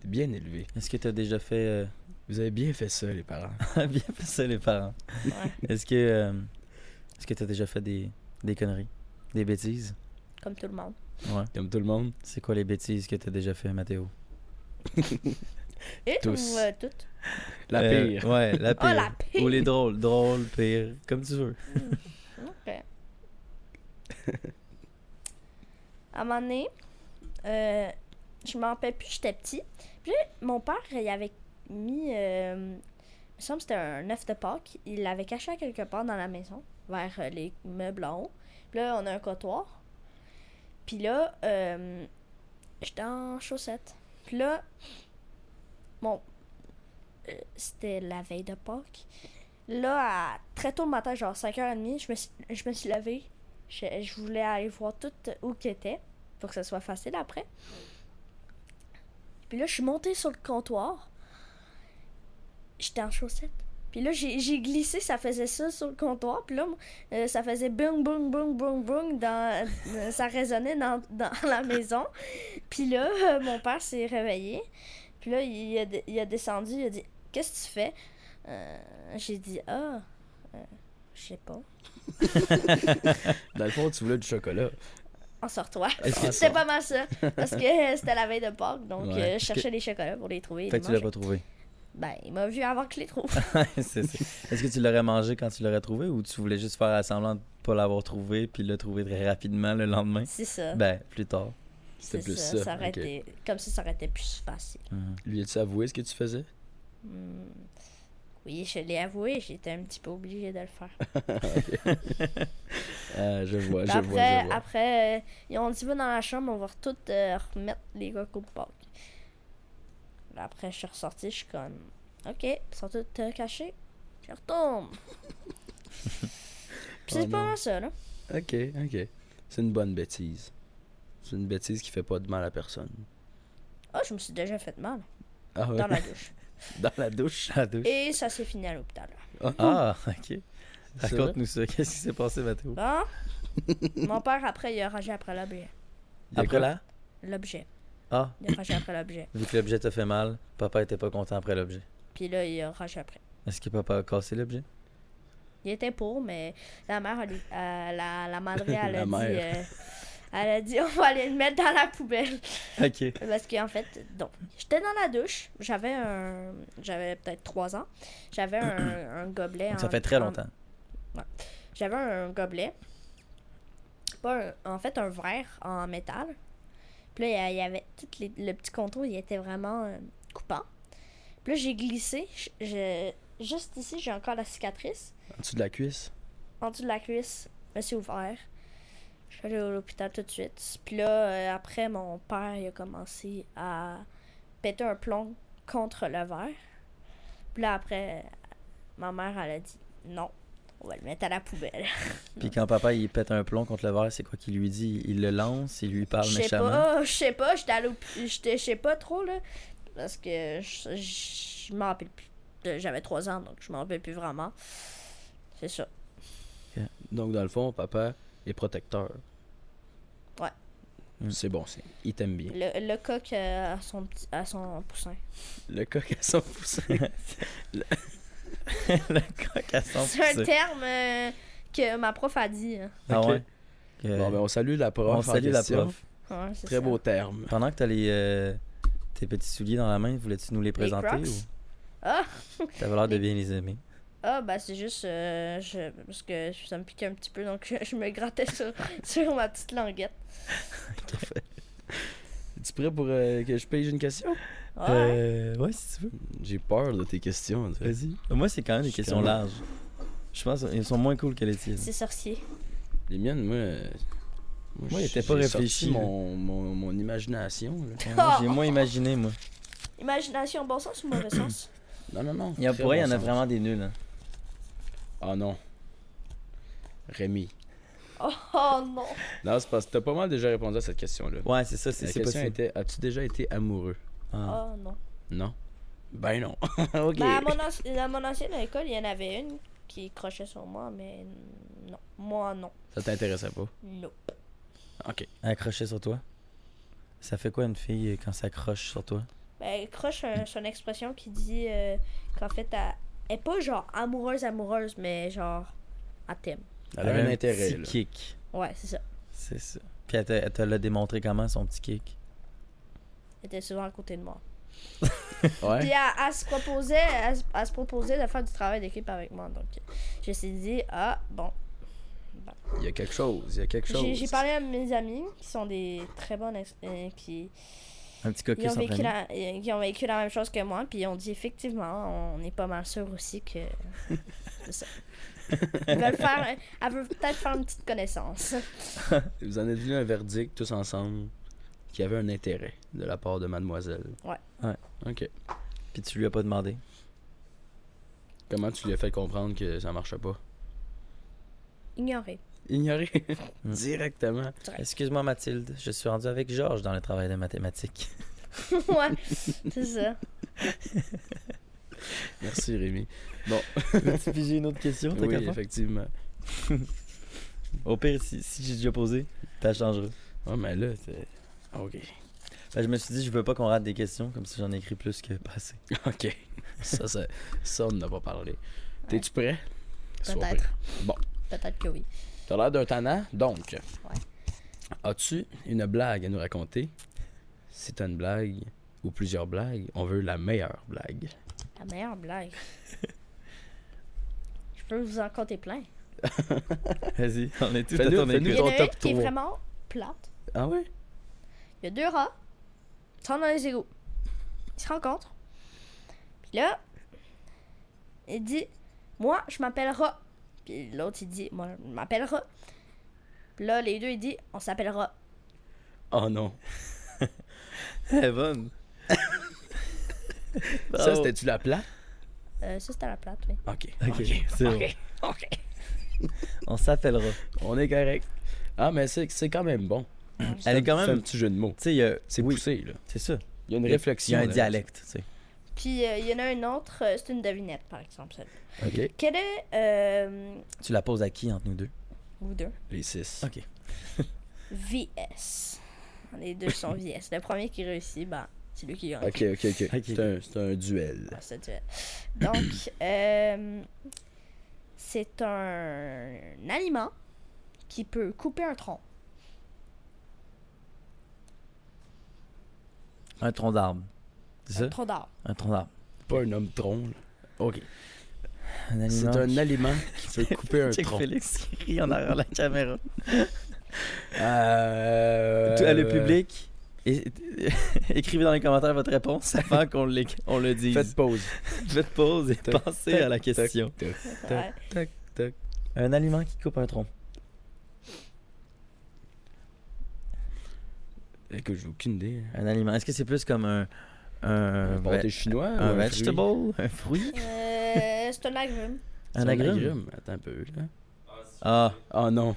S4: T'es bien élevé.
S2: Est-ce que t'as déjà fait.
S4: Vous avez bien fait ça, les parents.
S2: euh, bien fait ça, les parents?
S3: Ouais.
S2: Est-ce que. euh, Est-ce que t'as déjà fait des... des conneries? Des bêtises?
S3: Comme tout le monde.
S2: Ouais.
S4: Comme tout le monde.
S2: C'est quoi les bêtises que t'as déjà fait, Mathéo?
S3: Et
S4: Tous.
S3: ou euh, toutes.
S4: La
S2: Euh,
S4: pire.
S2: Ouais, la pire.
S3: Ah, la pire.
S2: Ou les drôles. Drôle, pire. Comme tu veux.
S3: Ok. à un moment donné, euh, je m'en rappelle plus, j'étais petit. Puis là, mon père, il avait mis. euh, il me semble que c'était un œuf de Pâques. Il l'avait caché à quelque part dans la maison, vers euh, les meubles en haut. Puis là, on a un comptoir. Puis là, euh, j'étais en chaussettes. Puis là, bon, euh, c'était la veille de Pâques. Là, à- très tôt le matin, genre 5h30, je me suis, je me suis levée. Je, je voulais aller voir tout euh, où qu'elle était pour que ce soit facile après. Puis là, je suis montée sur le comptoir. J'étais en chaussettes. Puis là, j'ai j'ai glissé, ça faisait ça sur le comptoir. Puis là, moi, euh, ça faisait boum, boum, boum, boum, boum. Dans, euh, ça résonnait dans, dans la maison. Puis là, euh, mon père s'est réveillé. Puis là, il a, de- il a descendu, il a dit Qu'est-ce que tu fais Euh, J'ai dit Ah, euh, je sais pas.
S4: Dans le fond, tu voulais du chocolat.
S3: En sors-toi.
S4: Ensors.
S3: C'était pas mal ça. Parce que euh, c'était la veille de Pâques, donc
S4: Ouais.
S3: euh, je cherchais les chocolats pour les trouver. et
S2: Fait
S3: les
S2: que tu l'as
S3: manger.
S2: pas trouvé.
S3: Ben, il m'a vu avant que je les trouve.
S2: C'est- c'est- Est-ce que tu l'aurais mangé quand tu l'aurais trouvé ou tu voulais juste faire semblant de pas l'avoir trouvé puis le trouver très rapidement le lendemain?
S3: C'est ça.
S2: Ben, plus tard.
S3: C'est
S4: C'était plus
S3: ça.
S4: ça.
S3: aurait
S4: Ok.
S3: été- Comme ça, ça aurait été plus facile.
S4: Lui as-tu avoué ce que tu faisais?
S3: Hmm. Oui, je l'ai avoué, j'étais un petit peu obligée de le faire.
S4: Ah, je vois,
S3: Puis
S4: je vois,
S3: après,
S4: je vois.
S3: après euh, ils ont dit va dans la chambre, on va tout euh, remettre les cocos de Pâques. Puis Après, je suis ressortie, je suis comme ok, ils sont tous euh, cachés, je retourne. Puis c'est
S4: Oh
S3: pas
S4: non.
S3: mal ça, là.
S4: Ok, ok. C'est une bonne bêtise. C'est une bêtise qui fait pas de mal à personne.
S3: Ah, je me suis déjà fait mal
S4: Ah ouais.
S3: dans la douche.
S4: Dans la douche.
S2: La douche.
S3: Et ça s'est fini à l'hôpital.
S2: Ah, ok.
S4: C'est vrai?
S2: Raconte-nous ça. Qu'est-ce qui s'est passé, Mathéo?
S3: Bon, mon père, après, il a ragé après l'objet.
S4: Il y a
S2: Après
S4: quoi?
S2: là?
S3: L'objet.
S2: Ah,
S3: Il a ragé après l'objet.
S2: vu que l'objet t'a fait mal, papa était pas content après l'objet.
S3: Puis là, il a ragé après.
S2: Est-ce que papa a cassé l'objet?
S3: Il était pour, mais la mère, elle, lui- euh, la, la madrée, elle
S4: La
S3: a dit.
S4: mère.
S3: euh, elle a dit, on va aller le mettre dans la poubelle.
S2: Ok.
S3: Parce qu'en fait, donc, j'étais dans la douche. J'avais un. J'avais peut-être 3 ans. J'avais un, un gobelet.
S2: Ça
S3: en-
S2: fait très
S3: en-
S2: longtemps.
S3: J'avais un gobelet. Pas un- en fait, un verre en métal. Puis là, il y avait tout les- le petit contour, il était vraiment euh, coupant. Puis là, j'ai glissé. Je- je- juste ici, j'ai encore la cicatrice.
S4: En dessous de la cuisse.
S3: En dessous de la cuisse, je me suis ouvert. Je suis allée à l'hôpital tout de suite. Puis là, euh, après, mon père, il a commencé à péter un plomb contre le verre. Puis là, après, ma mère, elle a dit non, on va le mettre à la poubelle.
S2: Puis quand papa il pète un plomb contre le verre, c'est quoi qu'il lui dit? Il le lance, il lui parle
S3: Je sais
S2: méchamment.
S3: pas, je sais pas, j'étais allée au- j'étais- je sais pas trop là parce que je je m'en rappelle plus. De- J'avais 3 ans donc je m'en rappelle plus vraiment. C'est ça.
S4: Donc, dans le fond, papa est protecteur.
S3: Ouais.
S4: Mm. C'est bon, c'est... il t'aime bien.
S3: Le, le coq euh, à son petit- à son poussin.
S4: Le coq à son poussin.
S2: le coq à son
S3: C'est un
S2: pouce.
S3: terme euh, que ma prof a dit. hein.
S2: Ah
S4: Ok.
S2: ouais? Que-
S4: Bon, ben, on salue la prof.
S2: on
S4: en
S2: salue la
S4: question.
S2: prof.
S3: Ouais, c'est
S4: Très
S3: ça.
S4: beau terme.
S2: Pendant que t'as les, euh, tes petits souliers dans la main, voulais-tu nous les présenter?
S3: Crocs?
S2: ou...
S3: Ah!
S2: T'avais l'air de
S3: Les-
S2: bien les aimer.
S3: Ah bah c'est juste euh, je- parce que ça me piquait un petit peu donc je, je me grattais sur, sur ma petite languette.
S4: Es-tu prêt pour euh, que je paye une question?
S3: Ah Ouais.
S2: Euh, ouais, si tu veux.
S4: J'ai peur de tes questions. on dirait.
S2: Vas-y. Moi, c'est quand même des
S4: Je
S2: questions
S4: suis quand même-
S2: larges. Je pense qu'elles sont moins cool que les tiennes.
S3: C'est sorcier.
S4: Les miennes, moi. euh,
S2: Moi, il
S4: j'ai-
S2: était pas
S4: j'ai
S2: réfléchi,
S4: sorti
S2: là.
S4: Mon, mon, mon imagination. là.
S2: Ouais, moi, J'ai moins imaginé, moi.
S3: Imagination bon sens ou mauvais sens
S4: Non, non, non.
S2: Il y a,
S4: très
S2: pour vrai, il y
S4: bon
S2: en a
S4: sens.
S2: vraiment des nuls. hein.
S4: Ah non. Rémi.
S3: Oh, oh non.
S4: Non, c'est parce que t'as pas mal déjà répondu à cette question-là.
S2: Ouais, c'est ça, c'est
S4: La
S2: c'est
S4: question
S2: possible.
S4: était As-tu déjà été amoureux
S2: Ah.
S3: Oh non.
S4: Non. Ben non. ok.
S3: Ben, à, mon anci- à mon ancienne école, il y en avait une qui crochait sur moi, mais non. Moi, non.
S4: Ça t'intéressait pas.
S3: Non.
S4: Ok.
S2: Ah. Accroché sur toi. Ça fait quoi une fille euh, quand ça accroche sur toi?
S3: Ben, croche, euh, c'est une expression qui dit euh, qu'en fait, elle elle est pas genre amoureuse, amoureuse, mais genre, elle t'aime.
S4: Elle a un
S2: petit
S4: intérêt. là.
S2: kick.
S3: Ouais, c'est ça.
S2: C'est ça. Puis elle te- elle te l'a démontré comment, son petit kick?
S3: Elle était souvent à côté de moi. Puis
S4: Ouais.
S3: elle, elle se proposait, elle, se- elle se proposait de faire du travail d'équipe avec moi. Donc, je me suis dit, ah, bon.
S4: Il y a quelque chose. Il y a quelque chose.
S3: J'ai j'ai parlé à mes amis qui sont des très bonnes. ex- euh, qui,
S2: Un petit coquille
S3: Ils ont,
S2: sans
S3: vécu
S2: famille.
S3: la, euh, ils ont vécu la même chose que moi, puis ils ont dit effectivement, on est pas mal sûr aussi que. C'est ça. Ils veulent faire. Elle veut peut-être faire une petite connaissance.
S4: Vous en êtes venu un verdict tous ensemble. qu'il y avait un intérêt de la part de mademoiselle.
S3: Ouais.
S2: Ouais.
S4: OK.
S2: Puis tu lui as pas demandé.
S4: Comment tu lui as fait comprendre que ça marchait pas?
S3: Ignoré.
S4: Ignorer.
S2: Mm.
S4: Directement.
S2: Excuse-moi Mathilde, je suis rendu avec Georges dans le travail de mathématiques.
S3: ouais, c'est ça.
S4: Merci, Rémi. Bon,
S2: Puis j'ai une autre question, t'as
S4: oui,
S2: qu'à faire?
S4: effectivement.
S2: Au pire, si, si j'ai déjà posé, t'as changé. Ben,
S4: Ouais, mais là, c'est...
S2: Ah,
S4: OK.
S2: je me suis dit, je veux pas qu'on rate des questions, comme si j'en ai écrit plus que pas assez.
S4: OK. Ça, ça, ça on n'a pas parlé. T'es-tu prêt? Sois prêt.
S3: Peut-être.
S4: Bon.
S3: Peut-être que oui.
S4: T'as l'air d'un tannant, donc. As-tu une blague à nous raconter? Si t'as une blague ou plusieurs blagues, on veut la meilleure blague.
S3: La meilleure blague. Je peux vous en compter plein.
S2: Vas-y, on est tout à
S4: Fais-nous-
S2: ton
S4: fais-nous
S3: Il
S2: écoute.
S3: y en
S4: ton
S3: a une
S4: top
S3: qui est
S4: 3.
S3: vraiment plate.
S4: Ah ouais?
S3: Il y a deux rats. Ils sont dans les égouts. Ils se rencontrent. Puis là, il dit Moi, je m'appelle Rat. Puis l'autre, il dit Moi, je m'appelle Rat. Puis là, les deux, ils disent On s'appellera.
S4: Oh non.
S2: Evan. Oh.
S4: Ça, c'était-tu la plate?
S3: Euh, ça, c'était la plate, oui.
S4: OK.
S2: Ok, c'est bon.
S4: OK.
S2: On s'appellera.
S4: On est correct. Ah, mais c'est c'est quand même bon.
S2: Elle est quand
S4: C'est un
S2: même. Tu
S4: petit jeu de mots.
S2: sais, il y a-
S4: C'est
S2: oui,
S4: poussé, là.
S2: c'est ça.
S4: Il y a une
S2: Il y a- Il y
S4: réflexion.
S2: a un
S4: derrière
S2: dialecte, tu sais.
S3: Puis euh, il y en a un autre, euh, c'est une devinette, par exemple. celle-là.
S4: ça. OK.
S3: Quel est. euh,
S2: Tu la poses à qui entre nous deux
S3: vous deux
S4: Les six.
S2: Ok.
S3: VS. Les deux sont VS. Le premier qui réussit, ben, c'est lui qui gagne.
S4: OK, OK, OK.
S2: Ok.
S4: C'est un, c'est un duel.
S3: Ah, ça, tu vois. Donc, euh, c'est un aliment qui peut couper un tronc.
S2: Un tronc d'arbre. C'est
S3: Un
S2: ça
S3: tronc d'arbre.
S2: Un tronc d'arbre.
S4: Pas un homme tronc, là. OK.
S2: Un
S4: C'est
S2: aliment.
S4: un aliment qui peut couper un
S2: Check
S4: tronc.
S2: Félix qui rit en arrière de la caméra.
S4: Euh...
S2: Tout- à le public, é- écrivez dans les commentaires votre réponse avant qu'on l'é- on le dise.
S4: Faites pause.
S2: Faites pause et
S4: Toc,
S2: pensez à la question.
S4: Toc, toc,
S3: Ouais.
S4: toc, toc.
S2: Un aliment qui coupe un tronc.
S4: Écoute, j'ai aucune idée. hein.
S2: Un aliment. Est-ce que c'est plus comme un. Un,
S4: Un pâté chinois
S2: un
S4: ou un
S2: vegetable
S4: fruit?
S2: Un fruit
S3: Euh, c'est un agrume.
S4: C'est
S2: Un agrume,
S4: Attends un peu, là.
S2: Ah.
S4: Oh non.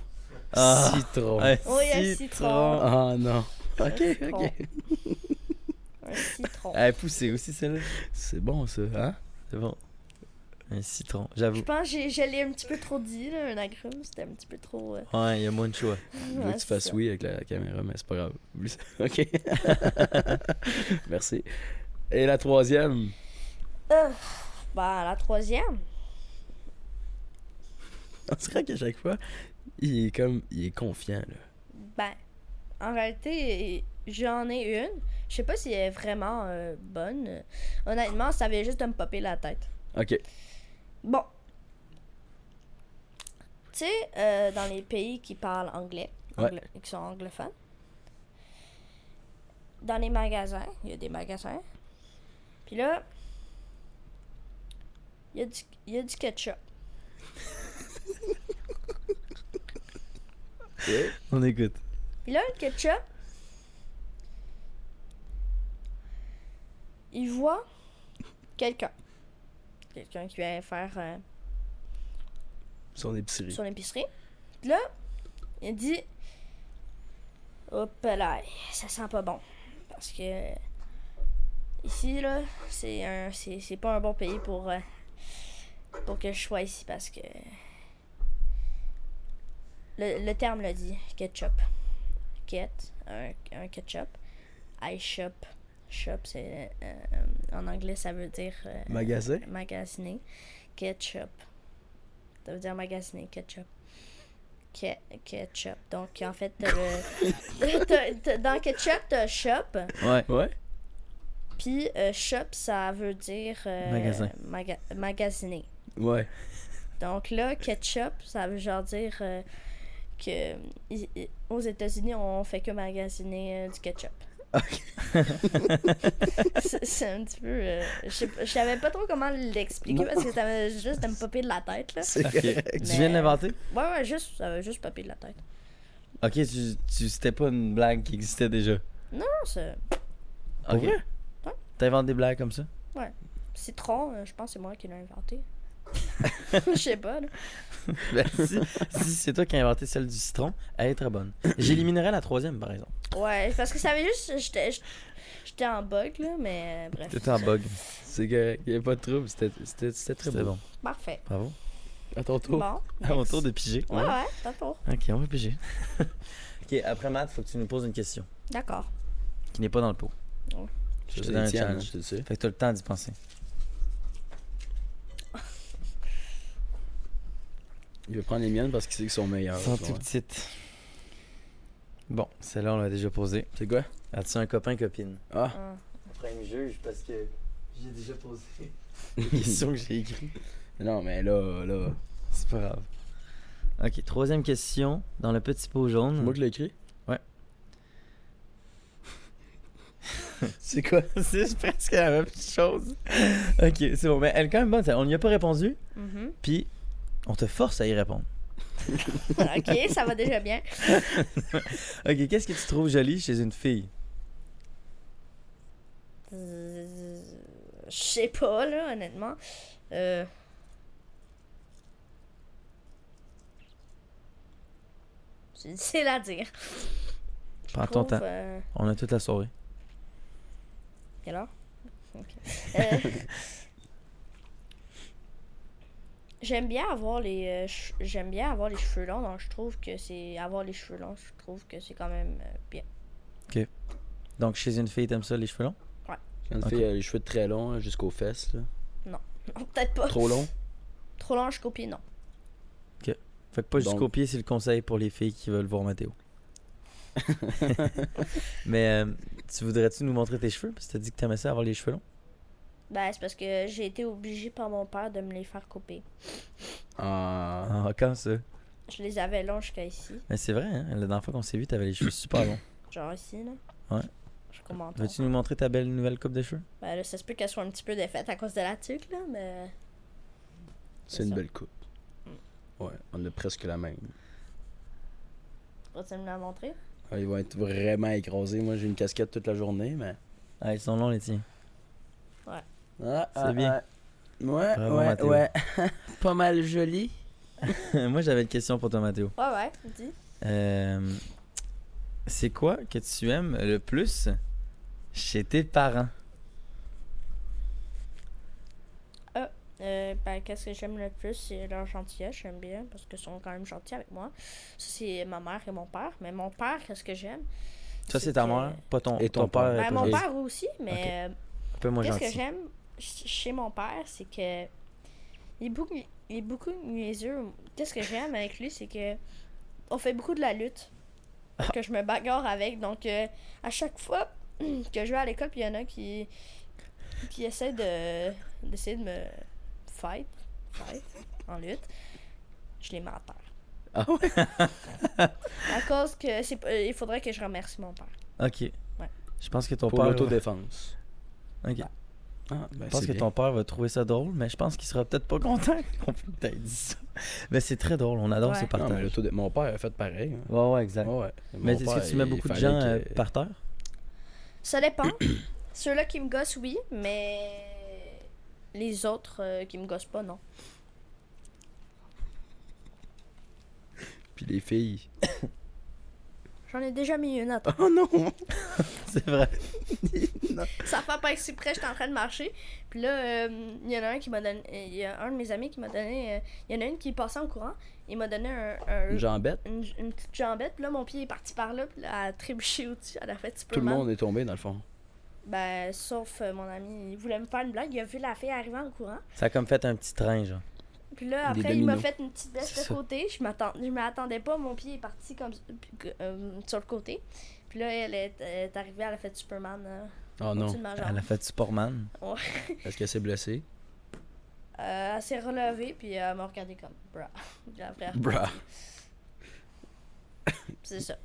S2: Ah.
S4: Citron.
S2: Un
S3: Oui, un citron.
S2: Ah.
S4: Oh non.
S3: Un
S4: OK,
S3: citron.
S2: Oh.
S4: OK.
S3: Un citron.
S4: Euh,
S2: Ah, Elle est poussée aussi, celle-là.
S4: C'est bon, ça, hein?
S2: C'est bon. Un citron,
S3: Je
S2: j'avoue.
S3: pense que j'ai- je l'ai un petit peu trop dit, là, un agrume. C'était un petit peu trop. euh,
S2: Ouais, il y a moins de choix.
S4: Je voulais que
S3: ouais,
S4: tu
S3: c'est
S4: fasses
S3: ça.
S4: oui avec la caméra, mais c'est pas grave. Oublie ça. OK. Merci. Et la troisième.
S3: Euh, bah, la troisième.
S4: On dirait qu'à chaque fois, il est comme... Il est confiant, là.
S3: Ben, en réalité, j'en ai une. Je sais pas si elle est vraiment euh, bonne. Honnêtement, ça vient juste de me popper la tête.
S4: OK.
S3: Bon. Tu sais, euh, dans les pays qui parlent anglais,
S4: Ouais.
S3: anglo- qui sont anglophones, dans les magasins, il y a des magasins. Puis là, il y, a du- il y a du ketchup.
S2: On écoute.
S3: Puis là, le ketchup, il voit quelqu'un. Quelqu'un qui vient faire euh,
S4: Son épicerie.
S3: son épicerie. Puis là, il dit Hop là, ça sent pas bon. Parce que ici, là, c'est un c'est c'est pas un bon pays pour, euh, pour que je sois ici parce que le, le terme le dit ketchup. Ket, un, un ketchup. I shop. Shop, c'est euh, euh, en anglais, ça veut dire euh,
S4: Magasin?
S3: magasiner. Ketchup. Ça veut dire magasiner, ketchup. Ke- ketchup. Donc, en fait, t'as le- t'as- t'as- dans ketchup, t'as shop.
S2: Ouais.
S4: Ouais.
S3: Puis, euh, shop, ça veut dire. euh,
S2: Magasin.
S3: maga- magasiner.
S4: Ouais.
S3: Donc là, ketchup, ça veut genre dire euh, que i- i- aux États-Unis, on fait que magasiner euh, du ketchup. c'est c'est un petit peu. euh, je sais pas- je savais pas trop comment l'expliquer
S4: Non.
S3: parce que ça avait juste de me popper de la tête. Là.
S4: C'est
S2: Ok.
S4: correct.
S2: Tu viens de l'inventer
S3: Ouais, ouais, juste, ça veut juste popper de la tête.
S2: Ok, tu, tu- c'était pas une blague qui existait déjà.
S3: Non, c'est
S2: Pour
S4: Ok.
S2: vrai?
S3: Ouais.
S2: T'inventes des blagues comme ça?
S3: citron, euh, je pense que c'est moi qui l'ai inventé. Je sais pas, là.
S2: Ben, si si c'est toi qui as inventé celle du citron, elle est très bonne. J'éliminerais la troisième, par exemple.
S3: Ouais, parce que ça avait juste. J'étais j'étais en bug, là, mais euh, bref.
S2: T'étais en bug.
S4: C'est correct. Il n'y a pas de trouble. C'était- C'était c'était très
S2: C'était
S4: beau.
S2: bon.
S3: Parfait.
S2: Bravo.
S4: À ton tour.
S3: Bon.
S2: À mon tour
S3: next.
S2: de piger.
S3: Ouais, ouais, t'as tour.
S2: Ok, on va piger. ok, après Matt, faut que tu nous poses une question
S3: D'accord.
S2: qui n'est pas dans le pot.
S4: Ça,
S2: Je hein. te
S4: c'est
S2: donne un
S4: les tiennes,
S2: challenge.
S4: je te hein. le sais.
S2: Fait que t'as le temps d'y penser.
S4: Il veut prendre les miennes parce qu'il sait qu'ils sont meilleurs.
S2: Sans
S4: tu
S2: tout
S4: vois.
S2: petite. Bon, celle-là, on l'a déjà posée.
S4: C'est quoi?
S2: As-tu un copain-copine?
S4: Ah!
S3: Ah.
S2: Après, me juge parce que j'ai déjà posé les questions que j'ai écrites.
S4: Non, mais là, là.
S2: C'est pas grave. Ok, troisième question dans le petit pot
S4: C'est
S2: jaune.
S4: moi qui l'ai écrit?
S2: Ouais.
S4: c'est quoi?
S2: C'est presque la même chose. ok, c'est bon. Mais elle est quand même bonne. ça. On n'y a pas répondu,
S3: mhm.
S2: puis on te force à y répondre.
S3: ok, ça va déjà bien.
S2: Ok, qu'est-ce que tu trouves joli chez une fille
S3: Euh, Je sais pas, là, honnêtement. Euh... C'est difficile à dire.
S2: Prends ton temps.
S3: Trouve, euh,
S2: On a toute la soirée.
S3: Quelle heure? Ok. Euh, J'aime bien avoir les euh, che- j'aime bien avoir les cheveux longs donc je trouve que c'est avoir les cheveux longs je trouve que c'est quand même euh, bien
S2: Donc, chez une fille, t'aimes ça, les cheveux longs
S4: Quand une
S2: Ok.
S4: fille a les cheveux très longs hein, jusqu'aux fesses, là.
S3: non peut-être pas
S4: Trop long?
S3: trop long je copie non
S2: Fait que pas jusqu'au
S4: Donc-
S2: pied, c'est le conseil pour les filles qui veulent voir Mathéo. Mais euh, tu voudrais-tu nous montrer tes cheveux Parce que t'as dit que t'aimais ça avoir les cheveux longs.
S3: ben c'est parce que j'ai été obligée par mon père de me les faire couper
S4: Ah.
S2: Ah, quand ça
S3: je les avais longs jusqu'à ici
S2: Mais c'est vrai, hein? la dernière fois qu'on s'est vu, t'avais les cheveux super longs.
S3: genre ici là
S2: Ouais.
S3: je commente
S2: Veux-tu nous montrer ta belle nouvelle coupe de cheveux
S3: ben là ça se peut qu'elle soit un petit peu défaite à cause de la tuque là mais
S4: C'est une
S3: ça.
S4: belle coupe.
S2: Hmm.
S4: Ouais, on a presque la même.
S3: vas-tu me la montrer
S4: Ah, ils vont être vraiment écrasés. Moi, j'ai une casquette toute la journée, mais.
S2: Ah, ils sont longs les tiens.
S4: Ah,
S2: C'est bien.
S4: Ouais, ouais,
S2: Bravo,
S4: ouais.
S2: Mathéo.
S4: Pas mal joli.
S2: Moi, j'avais une question pour toi, Mathéo.
S3: ouais ouais dis
S2: Euh, c'est quoi que tu aimes le plus chez tes parents
S3: Euh, ben, qu'est-ce que j'aime le plus, c'est leur gentillesse, j'aime bien, parce qu'ils sont quand même gentils avec moi. Ça, c'est ma mère et mon père. Mais mon père, qu'est-ce que j'aime?
S2: Ça, c'est
S3: C'est
S2: ta
S3: que-
S2: mère, pas ton,
S4: Et ton père.
S2: est
S3: Ben,
S2: pas
S3: mon
S2: gentil.
S3: père aussi, mais euh,
S2: Un peu moins
S3: qu'est-ce que
S2: gentil.
S3: j'aime ch- chez mon père, c'est que... Il est beaucoup, il est beaucoup niaiseux. Qu'est-ce que j'aime avec lui, c'est que... On fait beaucoup de la lutte. Que je me bagarre avec, donc euh, à chaque fois que je vais à l'école, puis il y en a qui... qui essaient de... d'essayer de me... fight. Fight. En lutte. Je les mets à terre.
S4: Ah ouais?
S3: À cause que c'est pas- il faudrait que je remercie mon père.
S2: Ok.
S3: Ouais.
S2: Je pense que ton
S4: Pour
S2: père.
S4: l'autodéfense.
S2: Ok.
S4: Ah, ben,
S2: je pense
S4: c'est
S2: que
S4: bien.
S2: ton père va trouver ça drôle, mais je pense qu'il sera peut-être pas content qu'on peut peut-être dit ça. Mais c'est très drôle, on adore
S3: Ouais.
S2: ce
S4: Non, mais
S2: partage.
S4: l'autodé- Mon père a fait pareil. hein.
S2: ouais, ouais, exact.
S4: Ouais, ouais.
S2: Mais
S4: Mon
S2: est-ce que
S4: père,
S2: tu mets
S4: il
S2: beaucoup de
S4: fallait
S2: gens
S4: que-
S2: euh, par terre
S3: Ça dépend. Ceux-là qui me gossent, oui, mais les autres euh, qui me gossent pas, non.
S4: Puis les filles.
S3: J'en ai déjà mis une à toi.
S4: Oh non!
S2: C'est vrai.
S3: Ça fait pas exprès, j'étais en train de marcher. Puis là, euh, il y en a un qui m'a donné. Il y a un de mes amis qui m'a donné. euh, Il y en a une qui est passée en courant. Il m'a donné un. un-
S4: Une jambette.
S3: une, une petite jambette, puis là mon pied est parti par là, puis là, elle a trébuché au-dessus, elle a fait un petit peu
S4: Tout le
S3: mal.
S4: monde est tombé dans le fond.
S3: Ben, sauf euh, mon ami, il voulait me faire une blague, il a vu la fille arriver en courant,
S2: Ça a comme fait un petit train, genre.
S3: Puis là,
S4: Des
S3: après, il m'a
S4: dominos.
S3: fait une petite baisse
S2: C'est
S3: de
S2: ça.
S3: côté. Je m'attend- je m'y attendais pas. Mon pied est parti comme euh, sur le côté. Puis là, elle est, elle est arrivée, elle a fait Superman euh,
S4: Oh
S3: au-dessus
S4: non.
S3: de ma jambe.
S2: Elle a fait du Sportman.
S4: Est-ce qu'elle s'est blessée?
S3: Euh, elle s'est relevée, puis elle m'a regardé comme « bra ». Puis après,
S4: Bruh.
S3: C'est ça.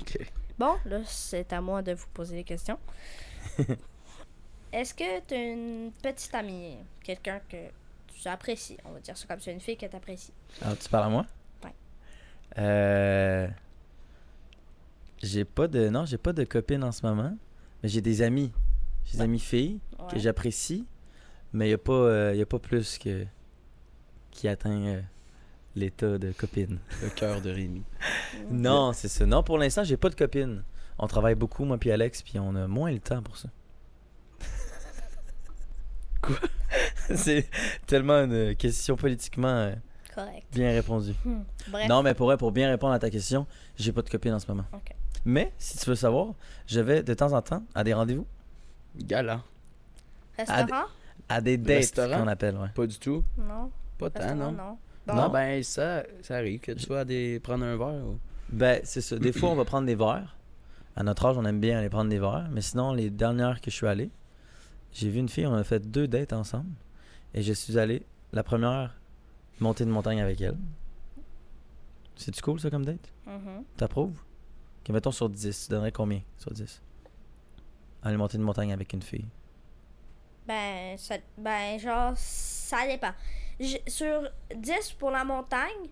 S4: Ok.
S3: Bon, là, c'est à moi de vous poser des questions. Est-ce que tu une petite amie, quelqu'un que tu apprécies, on va dire ça comme c'est une fille que tu
S2: Ah,
S3: apprécies?
S2: Alors, tu parles à moi
S3: Ouais.
S2: Euh. J'ai pas de non, j'ai pas de copine en ce moment, mais j'ai des amis, j'ai des amis filles que
S3: Ouais.
S2: j'apprécie, mais il y a pas euh, y a pas plus que qui atteint euh, l'état de copine.
S4: Le cœur de Rémi.
S2: Non, c'est ça. Non, pour l'instant, j'ai pas de copine. On travaille beaucoup moi puis Alex, puis on a moins le temps pour ça. Quoi C'est tellement une question politiquement euh,
S3: Correct.
S2: bien répondue.
S3: Hmm. Bref.
S2: Non, mais pour, vrai, pour bien répondre à ta question, j'ai pas de copine en ce moment.
S3: Ok.
S2: Mais si tu veux savoir, je vais de temps en temps à des rendez-vous,
S4: Galant.
S3: Restaurant?
S2: à des dates
S4: Restaurant?
S2: qu'on appelle, ouais.
S4: Pas du tout.
S3: Non.
S4: Pas tant,
S3: Restaurant,
S4: non.
S3: oh non.
S4: Non,
S3: Bon.
S4: ben ça, ça arrive que tu sois à des... prendre un verre. Ou...
S2: Ben, c'est ça. Des fois, on va prendre des verres. À notre âge, on aime bien aller prendre des verres. Mais sinon, les dernières que je suis allé, j'ai vu une fille, on a fait deux dates ensemble. Et je suis allé, la première, monter une montagne avec elle. C'est-tu cool, ça, comme date?
S3: Mhm.
S2: T'approuves? Que mettons sur 10, tu donnerais combien sur 10? Aller monter une montagne avec une fille.
S3: Ben, ça, ben, genre, ça dépend. J- sur 10 pour la montagne,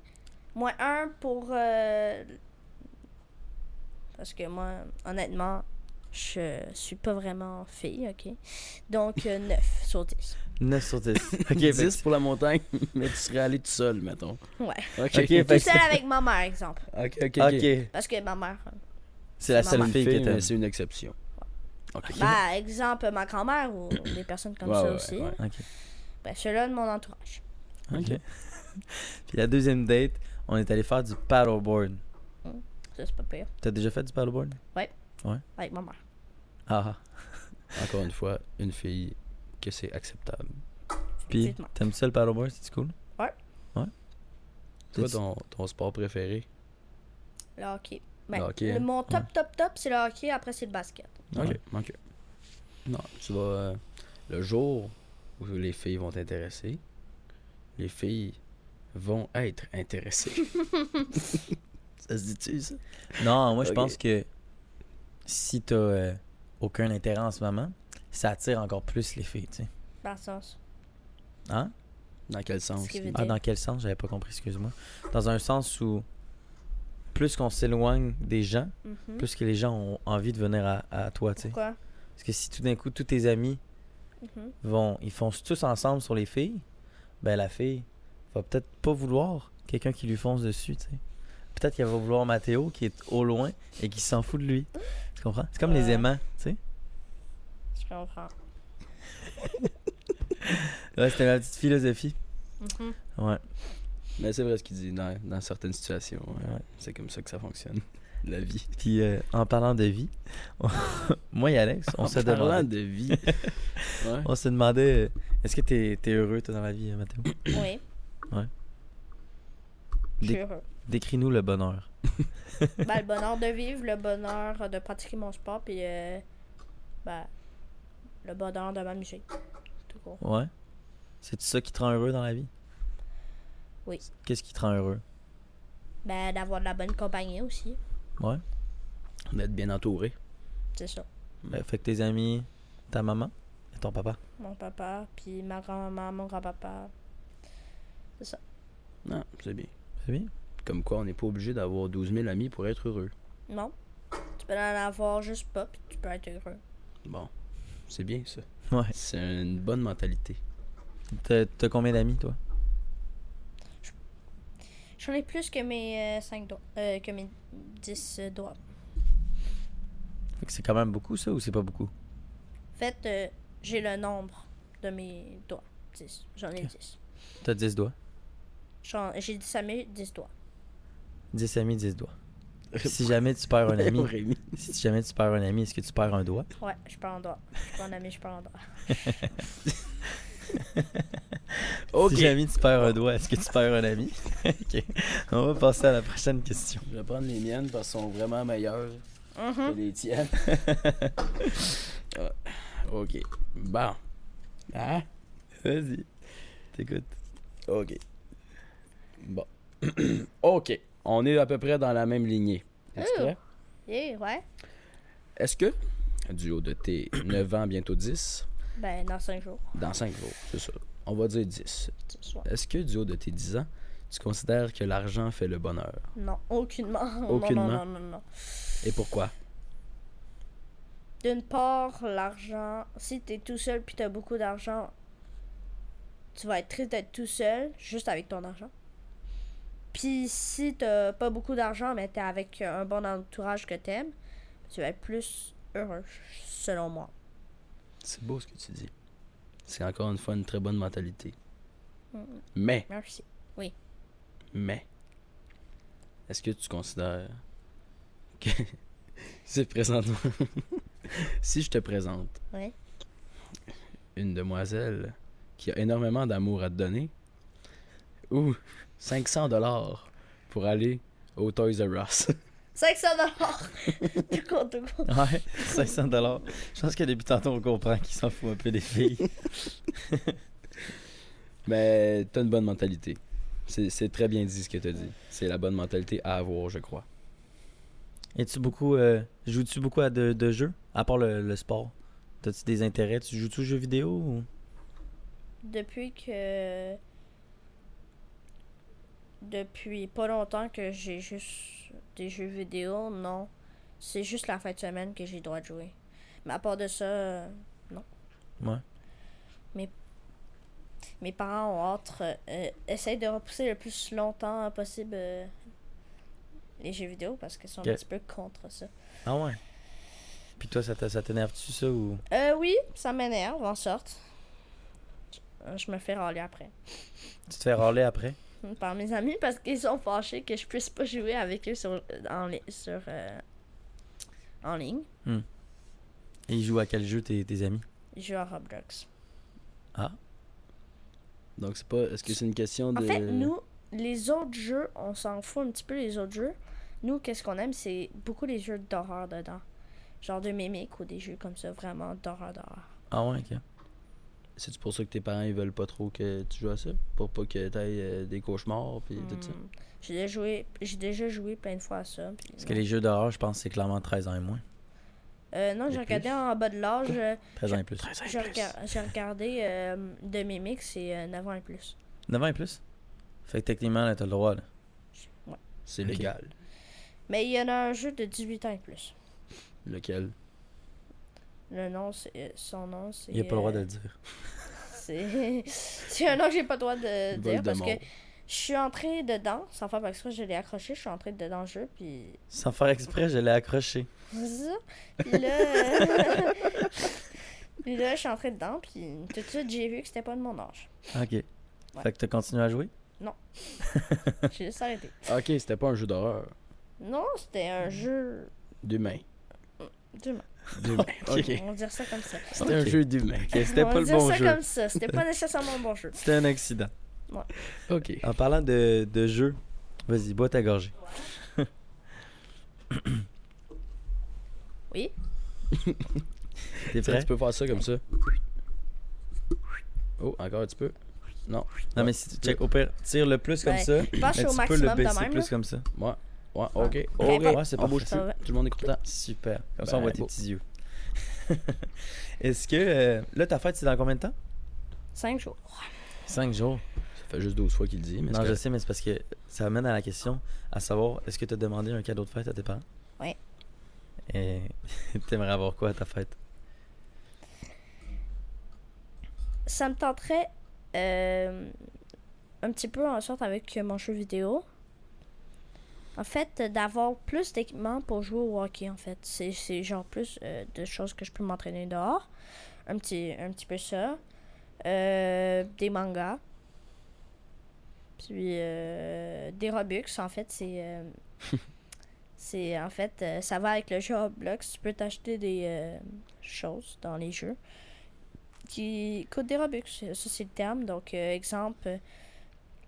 S3: moins 1 pour. euh, Parce que moi, honnêtement, je suis pas vraiment fille, ok? Donc, 9 sur 10.
S2: 9 sur 10. ok, fait
S4: 10 pour la montagne, mais tu serais allé tout seul, mettons.
S3: Ouais.
S4: Ok,
S2: Ok, fait que-
S3: Tout seul avec ma mère, exemple.
S4: ok, ok.
S2: que-
S4: ok.
S2: Ok.
S3: Parce que ma mère. euh,
S2: C'est la
S3: C'est
S2: seule
S3: maman.
S2: fille Ah,
S4: Fille,
S2: qui
S4: mais
S2: était.
S4: c'est une exception. Ok.
S3: Bah, exemple, ma grand-mère ou des personnes comme
S4: Ouais,
S3: ça
S4: ouais,
S3: aussi.
S4: ouais.
S2: Ok.
S3: Ben, ceux-là de mon entourage.
S2: Ok. Puis la deuxième date, on est allé faire du paddleboard.
S3: Ça, c'est pas pire.
S2: T'as déjà fait du paddleboard?
S3: Avec ma mère.
S2: Ah.
S4: Encore une fois, une fille que c'est acceptable.
S2: Puis,
S3: Effectivement.
S2: t'aimes ça le paddleboard? C'est cool?
S3: Ouais.
S2: Ouais.
S4: Toi,
S2: T'as-tu-
S4: ton, ton sport préféré?
S3: Le hockey. Ben,
S4: Le hockey,
S3: le-
S4: hein.
S3: mon top, top, top, c'est le hockey. Après, c'est le basket.
S4: Ok,
S2: Ouais.
S4: ok. Non, tu vas. euh, le jour où les filles vont t'intéresser, les filles vont être intéressées. ça se dit-tu, ça?
S2: Non, moi, je
S4: Ok.
S2: pense que si t'as euh, aucun intérêt en ce moment, ça attire encore plus les filles, tu sais.
S3: Dans le sens.
S2: Hein?
S4: Dans quel sens?
S3: Ce qui veut
S4: là?
S2: Ah, dans quel sens? J'avais pas compris, excuse-moi. Dans un sens où plus qu'on s'éloigne des gens,
S3: Mhm.
S2: plus que les gens ont envie de venir à, à toi, tu sais.
S3: Pourquoi
S2: Parce que si tout d'un coup, tous tes amis
S3: Mhm.
S2: vont, ils foncent tous ensemble sur les filles, ben la fille va peut-être pas vouloir quelqu'un qui lui fonce dessus, tu sais. Peut-être qu'elle va vouloir Mathéo qui est au loin et qui s'en fout de lui. Tu comprends? C'est comme les
S3: Ouais.
S2: aimants, tu sais.
S3: Je comprends.
S2: Ouais, c'était ma petite philosophie.
S3: Mhm.
S2: Ouais.
S4: Mais c'est vrai ce qu'il dit, dans, dans certaines situations, euh,
S2: Ouais.
S4: c'est comme ça que ça fonctionne, la vie.
S2: Puis euh, en parlant de vie, on- moi et Alex, on
S4: en
S2: se
S4: parlant
S2: demandait,
S4: de vie. ouais.
S2: on se demandait euh, est-ce que t'es es heureux toi dans la vie, euh, Mathéo?
S3: Oui.
S2: Ouais.
S3: Je suis
S2: Des-
S3: heureux.
S2: Décris-nous le bonheur.
S3: Ben, le bonheur de vivre, le bonheur de pratiquer mon sport, puis euh, ben, le bonheur de m'amuser. Tout court.
S2: Ouais. C'est ça qui te rend heureux dans la vie?
S3: Oui.
S2: Qu'est-ce qui te rend heureux?
S3: Ben, d'avoir de la bonne compagnie aussi.
S2: Ouais.
S4: D'être bien entouré.
S3: C'est ça.
S2: Ben, fait que tes amis, ta maman et ton papa.
S3: Mon papa, puis ma grand-maman, mon grand-papa.
S4: Non, c'est bien.
S2: C'est bien?
S4: Comme quoi, on n'est pas obligé d'avoir 12 000 amis pour être heureux.
S3: Non. Tu peux en avoir juste pas, puis tu peux être heureux.
S4: Bon, c'est bien ça.
S2: Ouais.
S4: C'est une bonne mentalité.
S2: T'as t'as combien d'amis, toi?
S3: J'en ai plus que mes 5 doigts. euh, que mes 10 doigts.
S2: Fait que c'est quand même beaucoup, ça, ou c'est pas beaucoup?
S3: En fait, euh, j'ai le nombre de mes doigts. 10. J'en ai 10.
S2: T'as 10 doigts.
S3: J'en- J'ai 10 amis, 10 doigts.
S2: 10 amis, 10 doigts. Si jamais tu perds un ami,
S4: Rémi.
S2: si jamais tu perds un ami, est-ce que tu perds un doigt?
S3: Ouais, je parle en doigts. Je suis pas en ami, je parle en doigts.
S4: Ok.
S2: Si jamais tu perds un doigt, est-ce que tu perds un ami? ok. On va passer à la prochaine question.
S4: Je vais prendre les miennes parce qu'elles sont vraiment meilleures
S3: Mhm.
S4: que les tiennes. Ah, ok. Bon. Hein?
S2: Vas-y. T'écoutes.
S4: Ok. Bon. ok. On est à peu près dans la même lignée. Est-ce
S3: Ouh.
S4: que,
S3: Eh, ouais.
S4: est-ce que, du haut de tes 9 ans, bientôt 10,
S3: Ben, dans 5 jours.
S4: dans 5 jours, c'est ça, on va dire 10.
S3: ce soir.
S4: Est-ce que du haut de tes 10 ans, Tu considères que l'argent fait le bonheur.
S3: Non, aucunement. Non,
S4: Aucunement.
S3: Non, non, non, non, non.
S4: Et pourquoi?
S3: D'une part, l'argent, si t'es tout seul puis t'as beaucoup d'argent, tu vas être triste d'être tout seul, juste avec ton argent. Puis si t'as pas beaucoup d'argent, mais t'es avec un bon entourage que t'aimes, tu vas être plus heureux, selon moi.
S4: C'est beau ce que tu dis. C'est encore une fois une très bonne mentalité. Mais,
S3: Merci.
S4: mais, est-ce que tu considères que si, présentement, si je te présente
S3: Oui.
S4: une demoiselle qui a énormément d'amour à te donner ou 500 dollars pour aller au Toys R Us.
S3: 500 dollars. tout compte, tout compte.
S2: Ouais, 500 dollars. Je pense que depuis tantôt, on comprend qu'ils s'en fout un peu des filles.
S4: Mais Ben, t'as une bonne mentalité. C'est c'est très bien dit ce que t'as dit. C'est la bonne mentalité à avoir, je crois.
S2: Es-tu beaucoup. euh, Joues-tu beaucoup à de, de jeux À part le, le sport T'as-tu des intérêts Tu joues-tu aux jeux vidéo ou...
S3: Depuis que. Depuis pas longtemps que j'ai juste des jeux vidéo, non. C'est juste la fin de semaine que j'ai le droit de jouer. Mais à part de ça, euh,
S2: Ouais.
S3: mes parents ont hâte. euh, euh, essayent de repousser le plus longtemps possible euh, les jeux vidéo parce qu'ils sont
S2: Ok.
S3: un petit peu contre ça.
S2: Ah ouais. Puis toi, ça te- ça t'énerve-tu ça ou.
S3: Euh, oui, ça m'énerve, en sorte. Je- Je me fais râler après.
S2: Tu te fais râler après
S3: par mes amis parce qu'ils sont fâchés que je puisse pas jouer avec eux sur, en, li- sur, euh, en ligne.
S2: Et ils jouent à quel jeu tes, tes amis
S3: Je joue à Roblox.
S4: Donc c'est pas. Est-ce que c'est une question de.
S3: En fait, nous, les autres jeux, on s'en fout un petit peu les autres jeux. Nous, qu'est-ce qu'on aime, c'est beaucoup les jeux d'horreur dedans. Genre de mimique ou des jeux comme ça, vraiment d'horreur d'horreur.
S2: Ah ouais, ok.
S4: C'est pour ça que tes parents ils veulent pas trop que tu joues à ça? Pour pas que t'ailles euh, des cauchemars puis tout ça.
S3: Hmm. J'ai déjà, joué- j'ai déjà joué plein de fois à ça. puis
S2: Parce
S3: non.
S2: que les jeux d'horreur, je pense que c'est clairement 13 ans et moins.
S3: Euh, non,
S4: Et
S3: j'ai regardé
S4: plus?
S3: en bas de l'âge. euh,
S2: 13 ans et plus.
S3: J'ai rega- j'ai regardé euh, de mimique, c'est euh, 9 ans et plus.
S2: 9 ans et plus Fait que techniquement, là, t'as le droit, là.
S4: C'est
S2: Ok.
S4: légal.
S3: Mais il y en a un jeu de 18 ans et plus.
S4: Lequel?
S3: Le nom, c'est- euh, son nom, c'est.
S2: Il a pas le droit de
S3: euh,
S2: le dire.
S3: C'est c'est un nom que j'ai pas le droit de Euh, dire parce que
S4: Voldemort.
S3: je suis entrée dedans, sans faire parce que je l'ai accroché, je suis entrée dedans le jeu, puis.
S2: Sans faire exprès, je l'ai accroché.
S3: Zzz. Puis là. euh, puis là, je suis entrée dedans, puis tout de suite, j'ai vu que c'était pas de mon âge.
S2: Ok. Fait que t'as continué à jouer
S3: J'ai juste arrêté.
S4: Ok, c'était pas un jeu d'horreur.
S3: Non, c'était un jeu.
S4: D'humain.
S3: d'humain.
S4: D'humain. ok.
S3: On va dire ça comme ça.
S4: C'était un
S2: Ok.
S4: jeu d'humain.
S2: Ok, c'était
S3: On
S2: pas
S3: va
S2: le
S3: dire
S2: bon
S3: ça
S2: jeu.
S3: comme ça. C'était pas nécessairement un bon jeu.
S2: C'était un accident.
S4: Ok.
S2: En parlant de, de jeu, vas-y, bois ta gorgée.
S3: Oui.
S2: T'es
S4: Tu sais,
S2: prêt?
S4: Tu peux faire ça comme ça. Oh, encore un petit peu. Non.
S2: Non, mais si tu check, au pire, tire le plus comme
S3: Ouais.
S2: ça.
S3: Je pense que
S2: Mais
S3: je suis au
S2: tu peux le
S3: maximum de
S2: baisser
S3: même.
S2: plus
S3: là.
S2: comme ça.
S4: Ouais. Ah. Ouais, ok.
S2: Ok,
S4: Ok.
S2: ouais, c'est
S4: On bouge
S2: parfait.
S4: plus.
S3: Ça va.
S4: Tout le monde est content.
S2: Super. Comme ça, on voit
S4: Ben,
S2: tes
S4: beau.
S2: petits yeux. Est-ce que. euh, là, ta fête, c'est dans combien de temps?
S3: Cinq jours.
S2: Cinq jours.
S4: Ça fait juste 12 fois qu'il le dit, mais
S2: Non,
S4: c'est
S2: je sais, mais c'est parce que ça amène à la question à savoir, est-ce que tu as demandé un cadeau de fête à tes parents?
S3: Ouais.
S2: Et t'aimerais avoir quoi à ta fête?
S3: ça me tenterait euh, un petit peu en sorte avec mon jeu vidéo. En fait, euh, d'avoir plus d'équipement pour jouer au hockey, en fait. C'est- C'est genre plus euh, de choses que je peux m'entraîner dehors. Un petit, un petit peu ça. Euh, des mangas. Puis euh, des Robux, en fait, c'est... euh, c'est en fait, euh, ça va avec le jeu Roblox. Tu peux t'acheter des euh, choses dans les jeux qui coûtent des Robux. Ça, c'est le terme. Donc, euh, exemple, euh,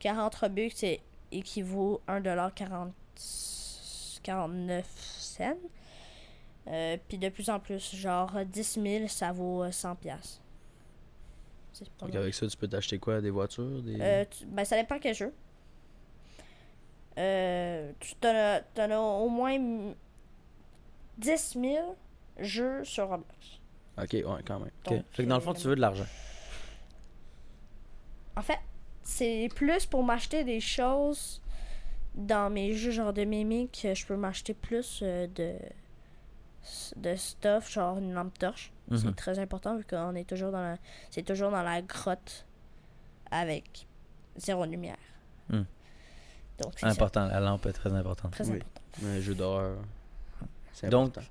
S3: 40 Robux c'est- équivaut 1,49$. cents. Euh, Puis de plus en plus, genre 10 000, ça vaut euh, 100$. piastres. C'est pas
S4: Donc
S3: mal.
S4: avec ça, tu peux t'acheter quoi Des voitures des...
S3: Euh, tu- ben, ça dépend quel jeu. Euh, tu t'en as, t'en as au moins m- 10 000 jeux sur Roblox.
S4: Ok, ouais, quand même.
S2: Ok.
S3: Donc,
S2: Fait que dans le
S3: euh,
S2: fond, tu veux de l'argent.
S3: En fait, c'est plus pour m'acheter des choses dans mes jeux genre de mimique, que je peux m'acheter plus euh, de de stuff, genre une lampe torche.
S2: Mhm.
S3: C'est très important vu qu'on est toujours dans la c'est toujours dans la grotte avec zéro lumière.
S2: Hmm.
S3: Donc c'est ça,
S2: Important, la lampe est très importante.
S3: très
S4: Oui.
S3: important.
S4: Un jeu d'horreur. C'est
S2: Donc,
S4: important.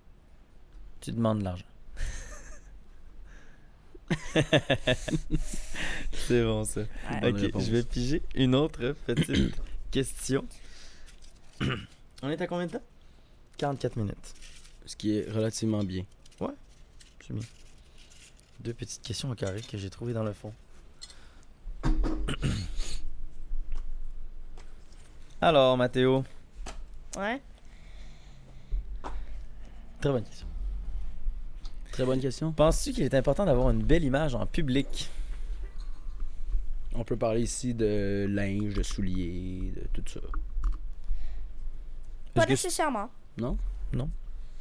S2: tu demandes de l'argent. C'est bon ça.
S3: Ouais.
S4: Bonne
S2: Ok,
S4: réponse.
S2: je vais piger une autre petite question. On est à combien de temps 44 minutes.
S4: ce qui est relativement bien.
S2: J'ai mis deux petites questions au carré que j'ai trouvées dans le fond. Alors, Mathéo,
S3: Ouais.
S2: très bonne question.
S4: Très bonne question.
S2: Penses-tu qu'il est important d'avoir une belle image en public
S4: On peut parler ici de linge, de souliers, de tout ça.
S3: Pas
S2: Est-ce que-
S3: nécessairement.
S4: Non?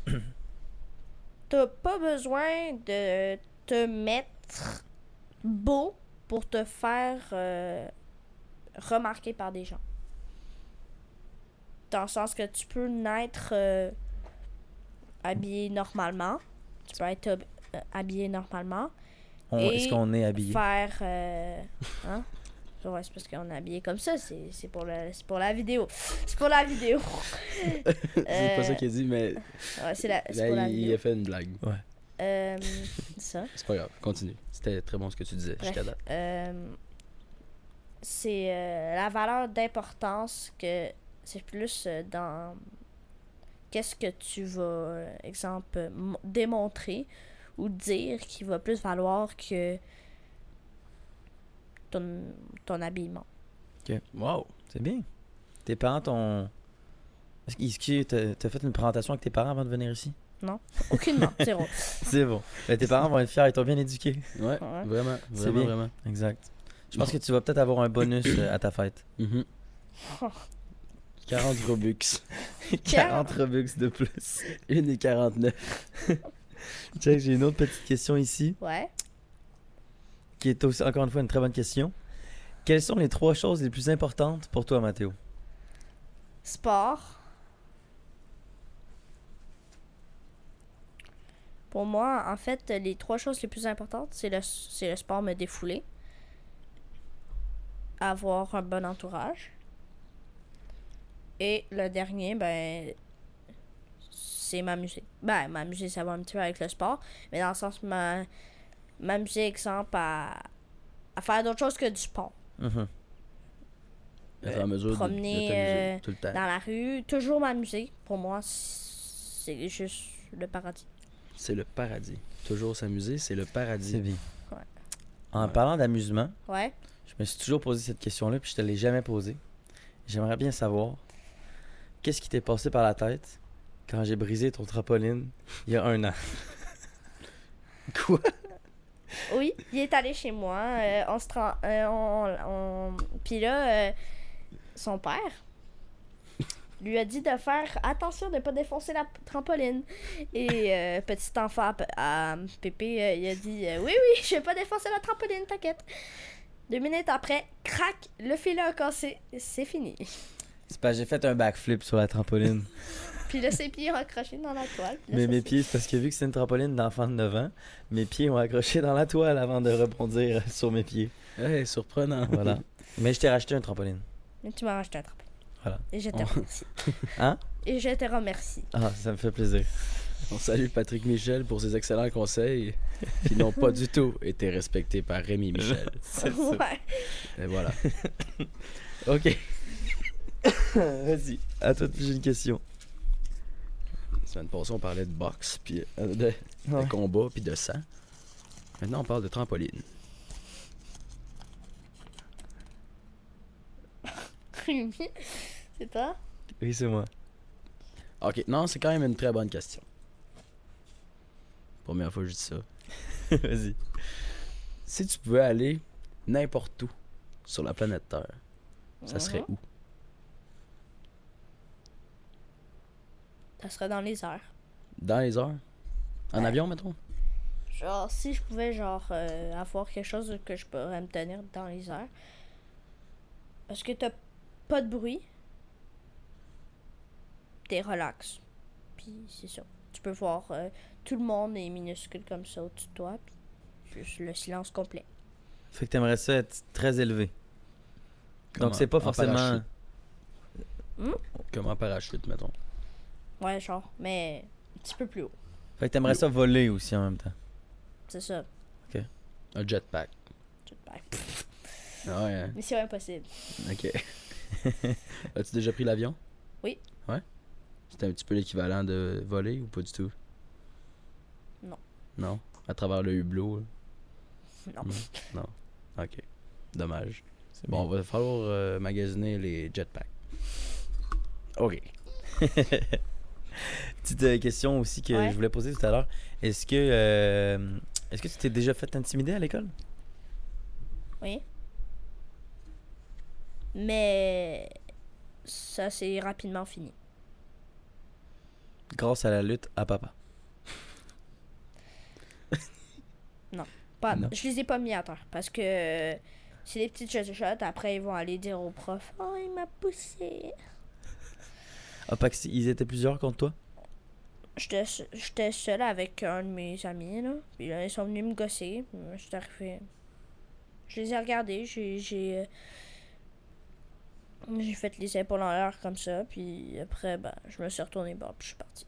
S3: T'as pas besoin de te mettre beau pour te faire euh, remarquer par des gens. Dans le sens que tu peux naître euh, habillé normalement. Tu peux être hab- euh, habillé normalement.
S2: On-
S3: Et
S2: Est-ce qu'on est habillé
S3: Faire. euh, hein? Ouais, c'est parce qu'on est habillé comme ça. C'est c'est pour, le- c'est pour la vidéo. C'est pour la vidéo.
S4: C'est pas ça
S3: Euh,
S4: qu'il a dit, mais
S3: ouais, c'est la- c'est pour la
S4: là, il, il
S3: vidéo.
S4: a fait une blague.
S3: Euh, ça.
S4: C'est pas grave, continue. C'était très bon ce que tu disais jusqu'à date.
S3: Euh, c'est euh, la valeur d'importance que c'est plus euh, dans qu'est-ce que tu vas, euh, exemple, euh, mo- démontrer ou dire qui va plus valoir que ton, ton habillement.
S4: Wow!
S2: C'est bien. Tes parents t'ont. Est-ce que- est-ce que t'as- t'as fait une présentation avec tes parents avant de venir ici
S3: Aucunement, zéro.
S2: C'est bon. Mais tes parents vont être fiers, ils t'ont bien éduqué.
S4: Ouais,
S3: Ouais.
S4: vraiment,
S2: C'est
S4: vraiment,
S2: bien.
S4: vraiment.
S2: Exact. Je pense que tu vas peut-être avoir un bonus euh, à ta fête.
S4: Mhm. 40 Robux.
S2: 40 Robux de plus.
S4: Une et 49.
S2: Check, j'ai une autre petite question ici,
S3: Ouais.
S2: qui est aussi, encore une fois une très bonne question. Quelles sont les trois choses les plus importantes pour toi, Mathéo
S3: Sport. Pour moi, en fait, les trois choses les plus importantes, c'est le, c'est le sport, me défouler, avoir un bon entourage, et le dernier, ben, c'est m'amuser. Ben, m'amuser, ça va un petit peu avec le sport, mais dans le sens, m'a- m'amuser, exemple, à, à faire d'autres choses que du sport.
S2: Mhm.
S4: Être en mesure de-
S3: promener,
S4: de, t'amuser
S3: euh,
S4: tout le temps.
S3: dans la rue, toujours m'amuser. Pour moi, c'est juste le paradis.
S4: C'est le paradis. Toujours s'amuser, c'est le
S2: C'est
S4: paradis.
S2: bien.
S3: Ouais.
S2: En parlant d'amusement,
S3: Ouais.
S2: je me suis toujours posé cette question-là, puis je te l'ai jamais posée. J'aimerais bien savoir qu'est-ce qui t'est passé par la tête quand j'ai brisé ton trampoline il y a un an.
S4: Quoi?
S3: Oui, il est allé chez moi. euh, on se tra- euh, on, on- Puis là, euh, son père lui a dit de faire attention de ne pas défoncer la p- trampoline. Et euh, petit enfant à, p- à Pépé, euh, il a dit euh, Oui, oui, je vais pas défoncer la trampoline, t'inquiète. Deux minutes après, crac, le filet a cassé. C'est fini.
S2: C'est parce que j'ai fait un backflip sur la trampoline.
S3: Puis là, ses pieds ont accroché dans la toile. puis là,
S2: Mais
S3: ça
S2: mes
S3: s'est-
S2: pieds, c'est parce que vu que c'est une trampoline d'enfant de 9 ans, mes pieds ont accroché dans la toile avant de rebondir sur mes pieds.
S4: Eh, Hey, surprenant.
S2: Voilà. Mais je t'ai racheté un trampoline.
S3: Mais tu m'as racheté un tremplin.
S2: Voilà.
S3: Et je te
S4: On-
S3: remercie.
S2: Hein?
S3: Et je te remercie.
S2: Ah, ça me fait plaisir.
S4: On salue Patrick Michel pour ses excellents conseils qui n'ont pas du tout été respectés par Rémi Michel.
S2: C'est ça.
S3: Ouais.
S4: Et voilà.
S2: Ok. Vas-y. À toi, j'ai une question.
S4: La semaine passée, on parlait de boxe, puis euh, de, de
S2: Ouais.
S4: combat, puis de sang. Maintenant, on parle de trampoline.
S3: Rémi, c'est toi?
S2: Oui, c'est moi.
S4: Ok, non, c'est quand même une très bonne question. Première fois que je dis ça.
S2: Vas-y.
S4: Si tu pouvais aller n'importe où sur la planète Terre, ça serait
S3: Mhm.
S4: où?
S3: Ça serait dans les heures.
S4: Dans les heures? En
S3: Ouais.
S4: avion, mettons?
S3: Genre, si je pouvais, genre, euh, avoir quelque chose que je pourrais me tenir dans les heures, Parce que t'as pas de bruit. T'es relax. Puis c'est ça. Tu peux voir euh, tout le monde est minuscule comme ça au-dessus de toi. Puis juste le silence complet.
S2: Fait que t'aimerais ça être très élevé.
S4: Comment-
S2: Donc c'est pas
S4: en
S2: forcément.
S4: parachute. Comme en parachute, mettons.
S3: Ouais, genre, mais un petit peu plus haut.
S2: Fait que t'aimerais ça voler aussi en même temps.
S3: C'est ça.
S4: Un jetpack.
S3: Jetpack.
S4: Ah ouais, hein.
S3: Mission impossible.
S4: ok. As-tu déjà pris l'avion?
S3: Oui.
S4: Ouais? C'était un petit peu l'équivalent de voler ou pas du tout?
S3: Non.
S4: Non? À travers le hublot? là?
S3: Non.
S4: Non. Ok. Dommage.
S2: C'est
S4: Bon, va falloir euh, magasiner les jetpacks. Ok.
S2: Petite euh, question aussi que
S3: Ouais.
S2: je voulais poser tout à l'heure. Est-ce que euh, est-ce que tu t'es déjà fait intimider à l'école?
S3: Oui. Mais ça c'est rapidement fini.
S2: Grâce à la lutte à papa.
S3: Pas,
S4: Non.
S3: je les ai pas mis à terre parce que c'est des petites choses shots. Après, ils vont aller dire au prof Oh, il m'a poussé.
S2: Ah, pas que si- ils étaient plusieurs contre toi?
S3: J'étais se- j'étais seule avec un de mes amis. Là. Puis là, ils sont venus me gosser. Puis moi, J'étais arrivé. Je les ai regardés. J'ai. J'ai euh, j'ai fait les épaules en l'air comme ça. Puis après, ben, je me suis retourné bord. Puis je suis parti.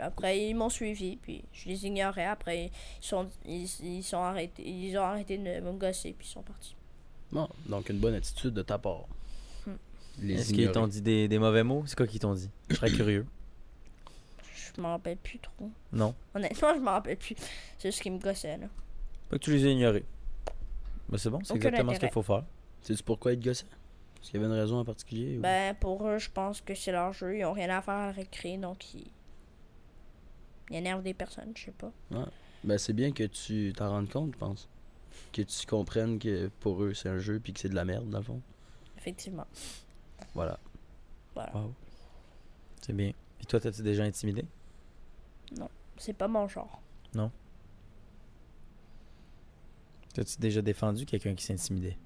S3: Après, ils m'ont suivi. Puis je les ignorais. Après, ils, sont, ils, ils sont arrêtés, ils ont arrêté de me gosser. Puis ils sont partis.
S4: Bon, donc une bonne attitude de ta part.
S3: Hmm.
S4: Les
S2: Est-ce qu'ils
S4: ignorer.
S2: t'ont dit des, des mauvais mots? C'est quoi qu'ils t'ont dit? Je serais curieux.
S3: Je m'en rappelle plus trop.
S2: Non.
S3: Honnêtement, je m'en rappelle plus. C'est ce qui me gossait, là.
S2: Pas que tu les as ignorés. Ben, c'est bon, c'est
S3: Aucun
S2: exactement ce
S3: intérêt.
S2: qu'il faut faire.
S4: Sais-tu pourquoi ils te gossaient? Est-ce qu'il y avait une raison en particulier? ou-
S3: Ben, pour eux, je pense que c'est leur jeu. Ils ont rien à faire à la récré, donc ils... Ils énervent des personnes, je sais pas.
S4: Ben, c'est bien que tu t'en rendes compte, je pense. Que tu comprennes que pour eux, c'est un jeu puis que c'est de la merde, dans le fond.
S3: Effectivement.
S4: Voilà.
S3: Voilà.
S4: Wow.
S2: C'est bien. Et toi, t'as-tu déjà intimidé?
S3: C'est pas mon genre.
S2: T'as-tu déjà défendu quelqu'un qui s'intimidait?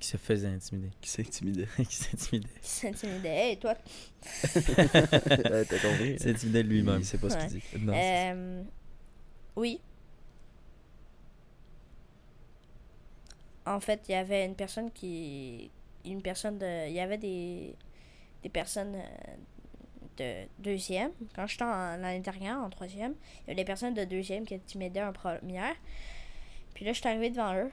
S2: Qui se faisait intimider?
S4: Qui s'intimidait.
S2: qui s'intimidait?
S3: Ils s'intimidaient. Hey, toi,
S4: T'as compris?
S2: Qui s'intimidait de lui-même.
S4: Il sait pas
S3: Ouais.
S4: ce qu'il dit.
S2: Non, c'est-
S3: Euh, Oui. En fait, il y avait une personne qui. Une personne de. Il y avait des. Des personnes euh, de deuxième. Quand j'étais en- l'année dernière, en troisième, il y avait des personnes de deuxième qui intimidaient un première. Puis là, je suis arrivée devant eux.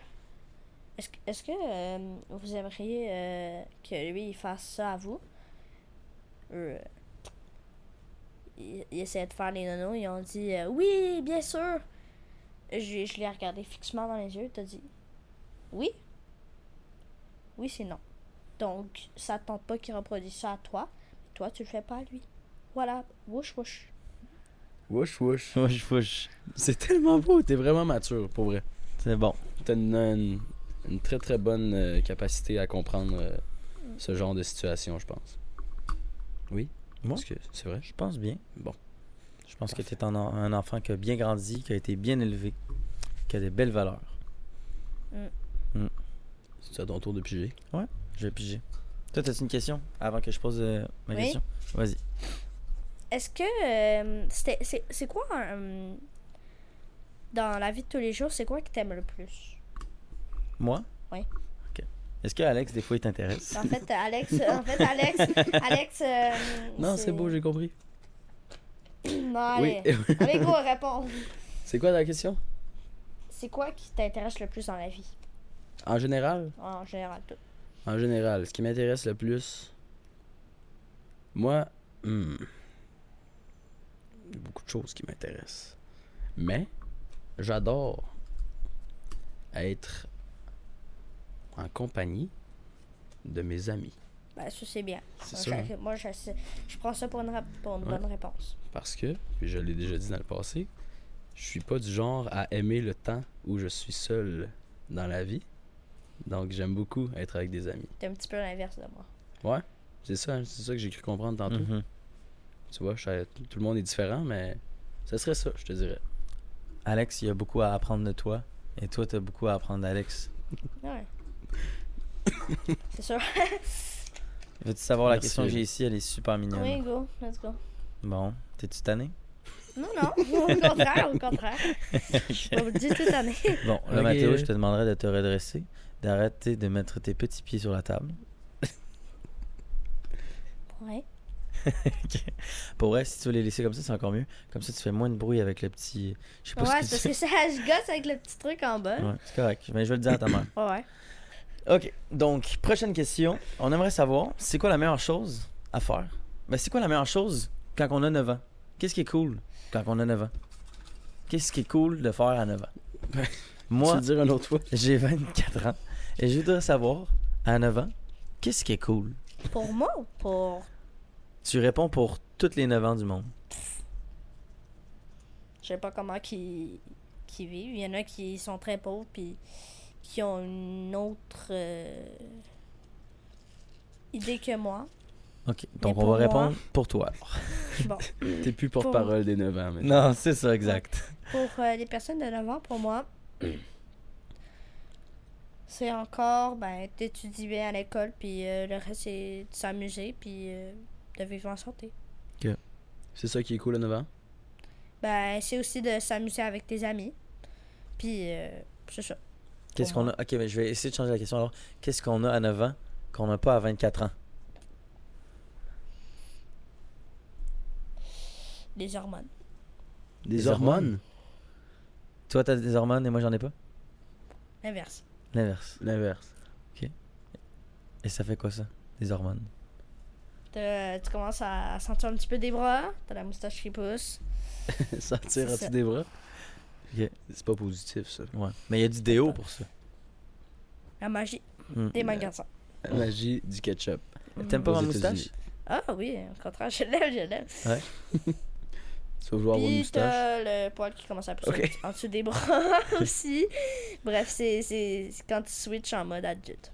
S3: Est-ce que, est-ce que euh, vous aimeriez euh, que lui, il fasse ça à vous? Eux, ils, ils essayaient de faire les nonos, ils ont dit euh, Oui, bien sûr. Je, je l'ai regardé fixement dans les yeux, t'as dit Oui. Oui, c'est non. Donc, ça te tente pas qu'il reproduise ça à toi. Toi, tu le fais pas à lui. Voilà, wouch wouch.
S4: Wouch, wouch.
S2: Moi, je fouche.
S4: C'est tellement beau, t'es vraiment mature, pour vrai.
S2: C'est bon.
S4: T'as une, une, une très très bonne euh, capacité à comprendre euh, ce genre de situation, je pense. Oui?
S2: Moi?
S4: Parce que c'est vrai.
S2: Je pense bien.
S4: Bon.
S2: Je pense que
S4: Parfait.
S2: tu es un, en- un enfant qui a bien grandi, qui a été bien élevé, qui a des belles valeurs.
S4: C'est à ton tour de piger.
S2: Je vais piger. Toi, t'as-tu une question avant que je pose euh, ma
S3: Oui.
S2: question? Vas-y.
S3: Est-ce que. euh, c'était, c'est, c'est quoi. euh, dans la vie de tous les jours, c'est quoi que t'aimes le plus
S2: Moi?
S3: Oui.
S2: OK. Est-ce que Alex, des fois, il t'intéresse?
S3: En fait, Alex. en fait, Alex. Alex. euh,
S4: Non, c'est beau, j'ai compris.
S3: Non, allez.
S4: Oui.
S3: Allez, gros, réponds.
S4: c'est quoi ta question?
S3: C'est quoi qui t'intéresse le plus dans la vie,
S4: En général?
S3: en général tout?
S4: En général, ce qui m'intéresse le plus, moi, hmm, il y a beaucoup de choses qui m'intéressent. Mais j'adore être en compagnie de mes amis.
S3: Ben, ça, c'est bien.
S4: C'est
S3: Moi,
S4: sûr. hein?
S3: je- Moi, je, je prends ça pour une, rap- pour une
S4: Ouais.
S3: bonne réponse.
S4: Parce que, puis je l'ai déjà dit dans le passé, je suis pas du genre à aimer le temps où je suis seul dans la vie. Donc j'aime beaucoup être avec des amis.
S3: T'es un petit peu l'inverse de moi.
S4: C'est ça, hein, c'est ça que j'ai cru comprendre tantôt.
S2: Mhm.
S4: Tu vois, je- tout le monde est différent, mais ça serait ça, je te dirais.
S2: Alex, il y a beaucoup à apprendre de toi. Et toi, t'as beaucoup à apprendre d'Alex.
S3: Ouais. C'est sûr.
S2: Veux-tu savoir la
S4: Merci.
S2: question que j'ai ici? Elle est super mignonne.
S3: oui, go, let's go.
S2: Bon, t'es-tu tanné?
S3: Non, non, au contraire, au contraire. Je vous le dis toute l'année.
S2: Bon, là,
S4: Ok.
S2: Mathéo, je te demanderais de te redresser, d'arrêter de mettre tes petits pieds sur la table.
S3: Ouais.
S2: Pour vrai, si tu veux les laisser comme ça, c'est encore mieux. Comme ça, tu fais moins de bruit avec le petit. Je sais pas
S3: Ouais,
S2: ce
S3: c'est parce
S2: tu
S3: que ça, je gosse avec le petit truc en bas.
S2: Ouais, c'est correct. Mais je vais le dire à ta mère.
S3: Ouais, ouais.
S2: OK. Donc, prochaine question. On aimerait savoir, c'est quoi la meilleure chose à faire? Ben, c'est quoi la meilleure chose quand on a 9 ans? Qu'est-ce qui est cool quand on a 9 ans? Qu'est-ce qui est cool de faire à 9 ans?
S4: Ben,
S2: Moi,
S4: Tu le diras une autre fois.
S2: j'ai 24 ans et je voudrais savoir, à 9 ans, qu'est-ce qui est cool?
S3: Pour moi ou pour.
S2: Tu réponds pour toutes les 9 ans du monde.
S3: Je sais pas comment qui qui vivent. Il y en a qui sont très pauvres puis qui ont une autre euh, idée que moi.
S2: OK. Donc,
S3: pour
S2: on va
S3: moi-
S2: répondre pour toi.
S3: Bon,
S4: T'es plus porte-parole des 9 ans. mais-
S2: Non, c'est ça, exact.
S3: pour euh, les personnes de 9 ans, pour moi, c'est encore ben, d'étudier bien à l'école puis euh, le reste c'est de s'amuser puis euh, de vivre en santé.
S4: C'est ça qui est cool à 9 ans?
S3: Ben, c'est aussi de s'amuser avec tes amis. Puis, euh, c'est ça.
S2: Qu'est-ce
S3: Pour
S2: qu'on a?
S3: moi.
S2: OK, mais je vais essayer de changer la question. Alors, qu'est-ce qu'on a à 9 ans qu'on n'a pas à 24 ans?
S3: Les hormones.
S4: Des,
S2: Des
S4: hormones?
S2: hormones? Toi, t'as des hormones et moi, j'en ai pas?
S3: L'inverse.
S2: L'inverse.
S4: L'inverse.
S2: Et ça fait quoi ça Des hormones.
S3: T'as- Tu commences à sentir un petit peu des bras. T'as la moustache qui pousse.
S4: Sentir
S3: C'est
S4: en dessous
S3: ça.
S4: des bras?
S2: Ok.
S4: C'est pas positif, ça.
S2: Ouais. Mais il y a du déo pour ça.
S3: La magie
S2: Mm.
S3: des magasins.
S4: La magie du ketchup.
S2: T'aimes pas ma
S4: Aux États-Unis.
S2: moustache
S3: Ah oui, au contraire, je l'aime, je l'aime.
S4: Tu vas vouloir avoir une
S3: Puis
S4: moustache.
S3: t'as le poil qui commence à pousser
S4: Ok.
S3: en dessous des bras aussi. Bref, c'est c'est quand tu switches en mode adulte.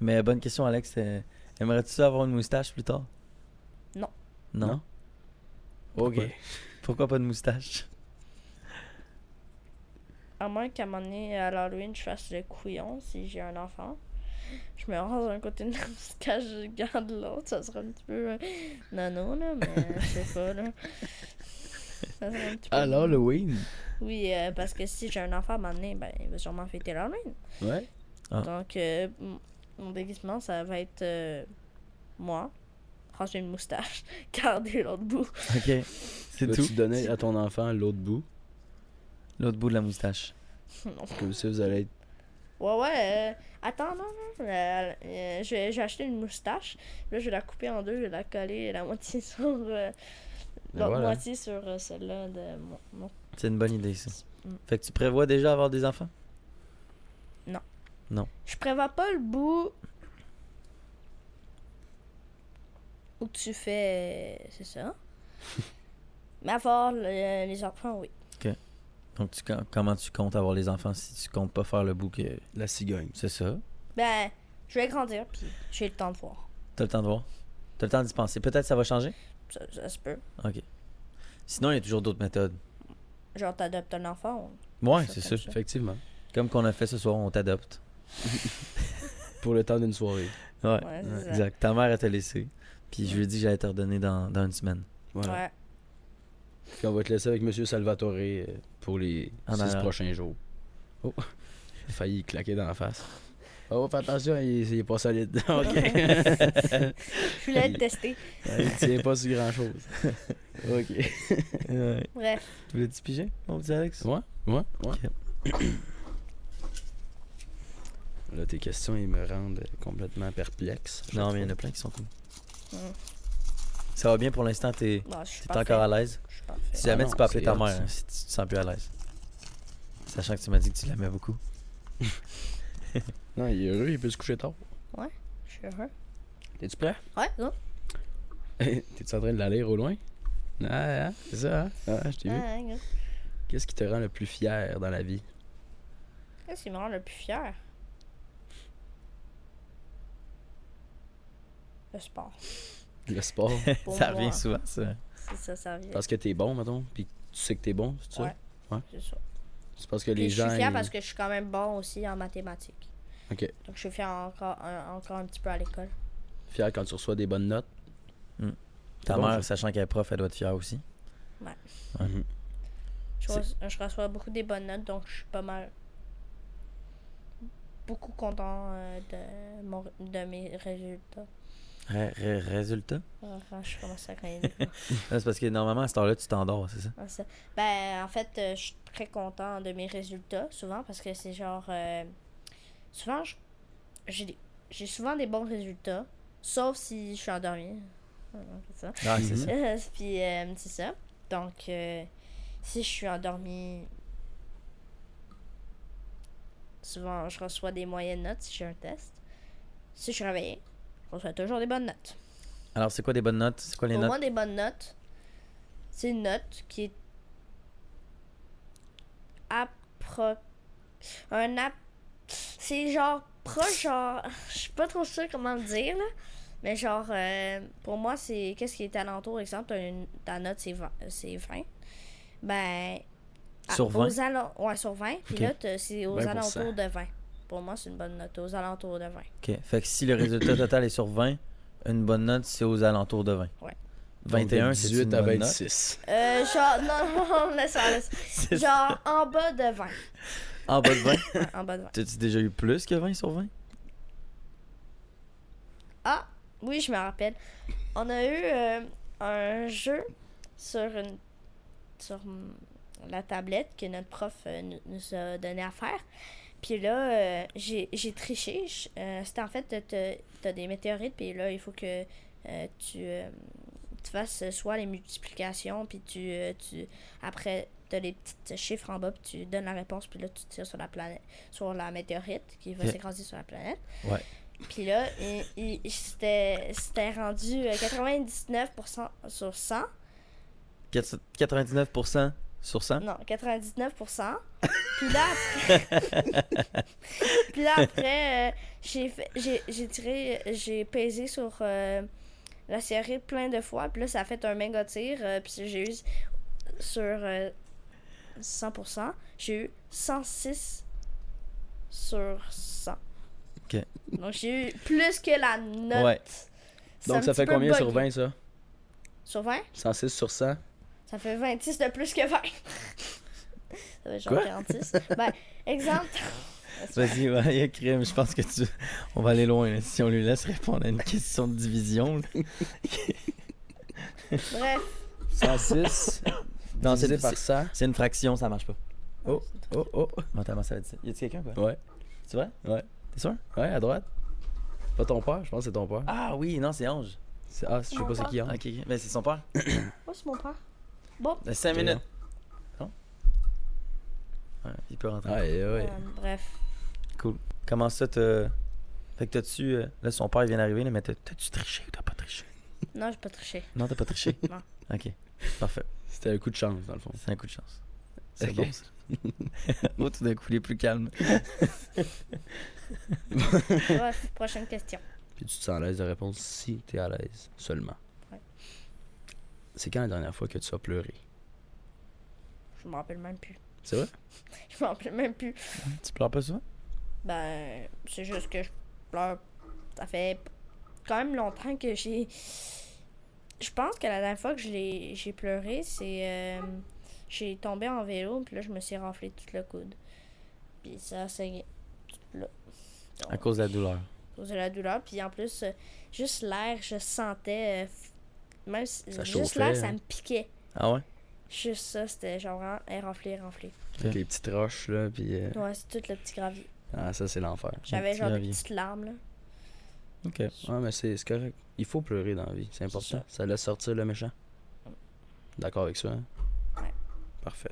S2: Mais bonne question, Alex. Euh, Aimerais-tu ça avoir une moustache plus tard
S3: Non.
S2: Non.
S4: Non. Ok.
S2: Pourquoi? Pourquoi pas de moustache
S3: À moins qu'à un moment donné, à l'Halloween, je fasse le couillon si j'ai un enfant. Je me rase d'un côté de la moustache, je garde l'autre. Ça sera un petit peu. euh, Nano, là, mais je sais pas, là. Ça sera un petit
S2: Ah,
S3: peu.
S4: Alors, le win.
S3: Oui, euh, parce que si j'ai un enfant à un moment donné, ben, il va sûrement fêter l'Halloween.
S4: Ouais.
S2: Ah.
S3: Donc, euh, m- mon déguisement, ça va être. euh, moi, raser une moustache, garder l'autre bout.
S2: Ok. C'est tout.
S4: Vas-tu donner à ton enfant l'autre bout?
S2: L'autre bout de la moustache.
S3: Non.
S4: Comme ça, vous allez être...
S3: Ouais, ouais. euh, attends, non, non. euh, euh, je, vais, je vais acheter une moustache. Là, je vais la couper en deux. Je vais la coller la moitié sur. euh,
S4: Ben
S3: L'autre
S4: voilà.
S3: moitié sur euh, celle-là de mon. mon-
S2: C'est une bonne idée ça.
S3: Mm.
S2: Fait que tu prévois déjà avoir des enfants
S3: Je prévois pas le bout. Où tu fais. C'est ça. Mais avoir le- les enfants, oui.
S2: Donc tu, com- comment tu comptes avoir les enfants si tu comptes pas faire le bout que
S4: La cigogne.
S2: c'est ça
S3: Ben, je vais grandir, puis j'ai le temps de voir.
S2: T'as le temps de voir. T'as le temps d'y penser. Peut-être ça va changer.
S3: Ça, ça se peut.
S2: Ok. Sinon, il y a toujours d'autres méthodes.
S3: Genre, t'adoptes un enfant.
S2: Ouais,
S3: Ça,
S2: c'est
S3: comme
S2: sûr.
S4: Effectivement.
S2: Comme qu'on a fait ce soir, on t'adopte.
S4: Pour le temps d'une soirée.
S2: Ouais,
S3: Ouais,
S4: ouais,
S3: c'est ça.
S2: exact. Ta mère, elle t'a laissé. Puis je lui ai dit que j'allais te redonner dans, dans une semaine.
S4: Voilà.
S3: Ouais.
S4: Puis on va te laisser avec Monsieur Salvatore euh, pour les
S2: En
S4: six
S2: arrière.
S4: prochains jours. Oh, failli claquer dans la face. Oh, fais attention, il, il est pas solide. ok.
S3: Je voulais être testé.
S4: il tient pas sur grand chose. ok.
S2: Ouais.
S3: Bref.
S2: Tu voulais-tu piger, mon petit Alex?
S4: Ouais, ouais, ouais.
S2: Ok.
S4: Là, tes questions, ils me rendent complètement perplexe.
S2: Non, mais il y en a plein qui sont cool. Ça va bien pour l'instant, t'es
S3: Non, je suis
S2: t'es
S3: parfait. Ah
S2: encore à l'aise.
S3: Je suis parfait.
S2: Si jamais
S4: non,
S2: tu peux appeler
S4: c'est
S2: ta
S4: hot,
S2: mère,
S4: ça.
S2: hein, si tu te sens plus à l'aise. Sachant que tu m'as dit que tu l'aimais beaucoup.
S4: Non, il est heureux, il peut se coucher tard.
S3: Je suis heureux.
S4: T'es-tu prêt?
S3: Ouais, non?
S4: T'es-tu en train de la lire au loin? Ah, ah, c'est ça, hein? Ah, je t'ai vu.
S3: Ah, gars.
S4: Qu'est-ce qui te rend le plus fier dans la vie?
S3: Qu'est-ce qui me rend le plus fier? Le sport.
S4: Le sport.
S3: Pour
S2: ça
S3: moi.
S2: revient souvent, ça.
S3: C'est ça, ça revient.
S4: parce que t'es bon, mettons, puis tu sais que t'es bon, c'est ça?
S3: Ouais.
S4: Ouais.
S3: C'est ça.
S4: C'est parce que
S3: Puis
S4: les
S3: je
S4: gens.
S3: suis fier
S4: ils-
S3: parce que je suis quand même bon aussi en mathématiques.
S4: Ok.
S3: Donc, je suis fier encore un, encore un petit peu à l'école.
S4: Fier quand tu reçois des bonnes notes.
S2: Ta
S4: Bon,
S2: mère,
S4: ça.
S2: sachant qu'elle est prof, elle doit être fière aussi.
S3: Je,
S4: C'est-
S3: reçois- je reçois beaucoup des bonnes notes, donc je suis pas mal. beaucoup content euh, de, mon- de mes résultats.
S2: Ré- ré- résultat?
S3: Ah, je commence à craindre.
S2: Là, C'est parce que normalement, à cette heure-là, tu t'endors, c'est ça?
S3: Ah, ça. Ben, en fait, euh, je suis très content de mes résultats, souvent, parce que c'est genre. euh, souvent, je- j'ai des- j'ai souvent des bons résultats, sauf si je suis endormie. Euh, c'est ça.
S2: Ah,
S4: c'est
S2: c'est
S4: Mhm.
S2: ça.
S3: Puis, euh, c'est ça. Donc, euh, si je suis endormie. Souvent, je reçois des moyennes notes si j'ai un test. Si je suis réveillée, je reçois toujours des bonnes notes.
S2: Alors, c'est quoi des bonnes notes? C'est quoi les
S3: Pour
S2: notes?
S3: moi, des bonnes notes, c'est une note qui est appro... un app... C'est genre proche, genre... Je suis pas trop sûre comment le dire, là. Mais genre, euh, pour moi, c'est... Qu'est-ce qui est alentour, exemple, t'as une- ta note, c'est 20. c'est 20. Ben... à-
S2: Sur 20?
S3: aux alen- Ouais, sur 20. Puis
S2: Ok.
S3: là, t'as- c'est aux
S4: 20%.
S3: alentours de 20. Pour moi, c'est une bonne note, aux alentours de 20.
S2: OK. Fait que si le résultat total est sur 20, une bonne note, c'est aux alentours de 20.
S3: Ouais.
S2: 21,
S4: Donc, de
S2: c'est
S4: 18
S2: une
S4: à
S2: bonne note.
S4: 26.
S3: Euh, genre... Non, non, laisse faire, laisse
S2: C'est
S3: Genre, en bas de 20.
S2: En bas de 20?
S3: Ouais, en bas de 20.
S2: T'as-tu déjà eu plus que 20 sur 20?
S3: Ah, oui, je me rappelle. On a eu euh, un jeu sur une sur hum, la tablette que notre prof euh, nous- nous a donné à faire. Puis là, euh, j'ai j'ai triché. Je- euh, C'était en fait, t'as- t'as- t'as des météorites, puis là, il faut que euh, tu, euh, tu fasses soit les multiplications, puis tu, euh, tu après, t'as les petits chiffres en bas, puis tu donnes la réponse, puis là, tu tires sur la planète, sur la météorite qui va
S2: Ok.
S3: s'écraser sur la planète.
S2: Ouais.
S3: Puis là, il- il- il- c'était c'était rendu euh, 99% sur 100.
S2: 4- 99% sur 100?
S3: Non, 99%. Puis là, après... Puis là, après, euh, j'ai fait- j'ai j'ai tiré, j'ai pesé sur euh, la série plein de fois. Puis là, ça a fait un méga tir. euh, puis j'ai eu sur euh, 100%, j'ai eu 106 sur 100.
S2: Ok.
S3: Donc j'ai eu plus que la note.
S2: Ouais.
S3: C'est un
S4: Donc ça
S3: petit
S4: fait
S3: peu
S4: combien sur
S3: buggy.
S4: 20 ça
S3: Sur 20?
S4: 106 sur 100
S3: Ça fait 26 de plus que 20. ça fait genre
S4: Quoi?
S3: 46. ben, exemple.
S2: Vas-y, ouais, y a crime. Je pense que tu. On va aller loin là, si on lui laisse répondre à une question de division. là.
S3: Bref.
S4: 106
S2: Non,
S4: divisé
S2: c'est
S4: par 100.
S2: C'est une fraction, ça marche pas.
S4: Oh, oh, oh.
S2: Mentalement, ça va être ça. Y a-tu quelqu'un, quoi?
S4: Ouais,
S2: C'est vrai?
S4: ouais.
S2: T'es sûr?
S4: Ouais, à droite. Pas ton père, je pense que c'est ton père.
S2: Ah oui, non, c'est Ange.
S4: C'est- Ah, je sais pas c'est qui, hein.
S2: Ok, ok. Ben, c'est son père.
S3: Moi, c'est mon père. Bon.
S2: 5
S4: minutes.
S2: minutes. Non? Ouais, il peut rentrer.
S4: Ah, Ouais, ouais.
S3: euh, bref.
S2: Comment ça, t'as. Fait que t'as-tu. euh, Là, son père, il vient d'arriver, là, mais t'as- t'as-tu triché ou t'as pas triché?
S3: Non, j'ai pas triché.
S2: Non, t'as pas triché?
S3: Non.
S2: Ok. Parfait.
S4: C'était un coup de chance, dans le fond.
S2: C'est un coup de chance. C'est
S4: Ok.
S2: bon, ça. oh, tout d'un coup, il est plus calme.
S3: Bref, prochaine question.
S4: Puis tu te sens à l'aise de répondre si t'es à l'aise seulement.
S3: Ouais.
S4: C'est quand la dernière fois que tu as pleuré
S3: Je m'en rappelle même plus.
S4: C'est vrai
S3: Je m'en rappelle même plus.
S2: Tu pleures pas souvent?
S3: Ben, c'est juste que je pleure. Ça fait quand même longtemps que j'ai. Je pense que la dernière fois que je l'ai- j'ai pleuré, c'est. euh, j'ai tombé en vélo, puis là, je me suis renflé tout le coude. Puis ça a saigné. Tout là.
S2: À cause de la douleur.
S3: À cause de la douleur. Puis en plus, euh, juste l'air, je sentais. euh, f- même si-
S4: Ça
S3: juste
S4: chauffait,
S3: l'air,
S4: hein.
S3: ça me piquait.
S2: Ah ouais?
S3: Juste ça, c'était genre hein, eh, renflé, renflé.
S4: Avec les petites roches, là, puis. euh,
S3: Ouais, c'est tout le petit gravier.
S4: Ah, ça, c'est l'enfer.
S3: J'avais
S2: petit
S3: genre des
S2: gravier.
S3: petites larmes, là.
S2: Ok.
S4: Ouais, mais c'est c'est correct. Il faut pleurer dans la vie, c'est important. Ça. laisse sortir le méchant. D'accord avec ça, hein?
S3: Ouais.
S4: Parfait.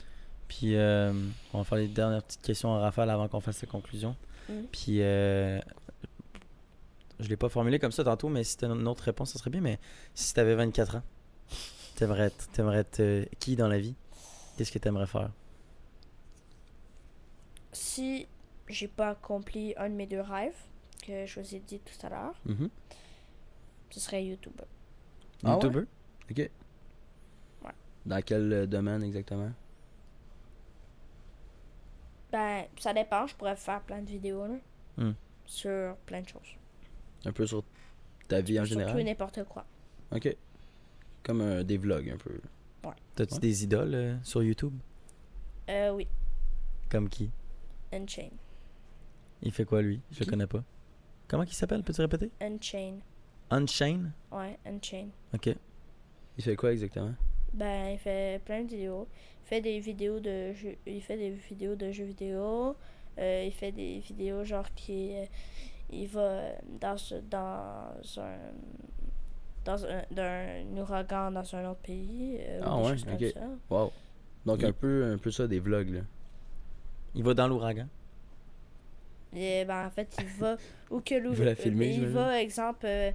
S2: Puis, euh, on va faire les dernières petites questions en rafale avant qu'on fasse les conclusions.
S3: Mhm.
S2: Puis, euh, je l'ai pas formulé comme ça tantôt, mais si t'as une autre réponse, ça serait bien. Mais si t'avais 24 ans, t'aimerais être, t'aimerais être euh, qui dans la vie? Qu'est-ce que t'aimerais faire?
S3: si j'ai pas accompli un de mes deux rêves que je vous ai dit tout à l'heure,
S4: Mhm.
S3: ce serait YouTuber.
S4: Ah ouais?
S2: YouTuber?
S4: Ok. Dans quel euh, domaine exactement
S3: Ben, ça dépend, je pourrais faire plein de vidéos là.
S2: Hmm.
S3: sur plein de choses.
S4: Un peu sur ta vie en général.
S3: Surtout n'importe quoi.
S4: Ok. Comme euh, des vlogs un peu.
S2: T'as-tu
S4: Ouais.
S2: des idoles euh, sur YouTube
S3: Euh, oui,
S2: Comme qui
S3: Unchain.
S2: Il fait quoi lui Je le
S4: Qui?
S2: connais pas. Comment qu'il s'appelle Peux-tu répéter
S3: Unchain.
S2: Unchain
S3: Ouais, Unchain.
S2: Ok.
S4: Il fait quoi exactement
S3: Ben, il fait plein de vidéos. Il fait des vidéos de jeux, il fait des vidéos de jeux vidéo. Euh, il fait des vidéos genre qui euh, il va euh, dans ce- dans un dans un, d'un ouragan dans un autre pays. euh, ou
S4: Ah
S3: des
S4: ouais,
S3: choses comme
S4: ok.
S3: ça.
S4: Wow. Donc
S2: Il-
S4: un peu un peu ça des vlogs là.
S2: Il va dans l'ouragan.
S3: Et ben, en fait, il va où que l'our-
S4: veut la filmer,
S3: Il
S4: j'imagine.
S3: va, exemple, euh,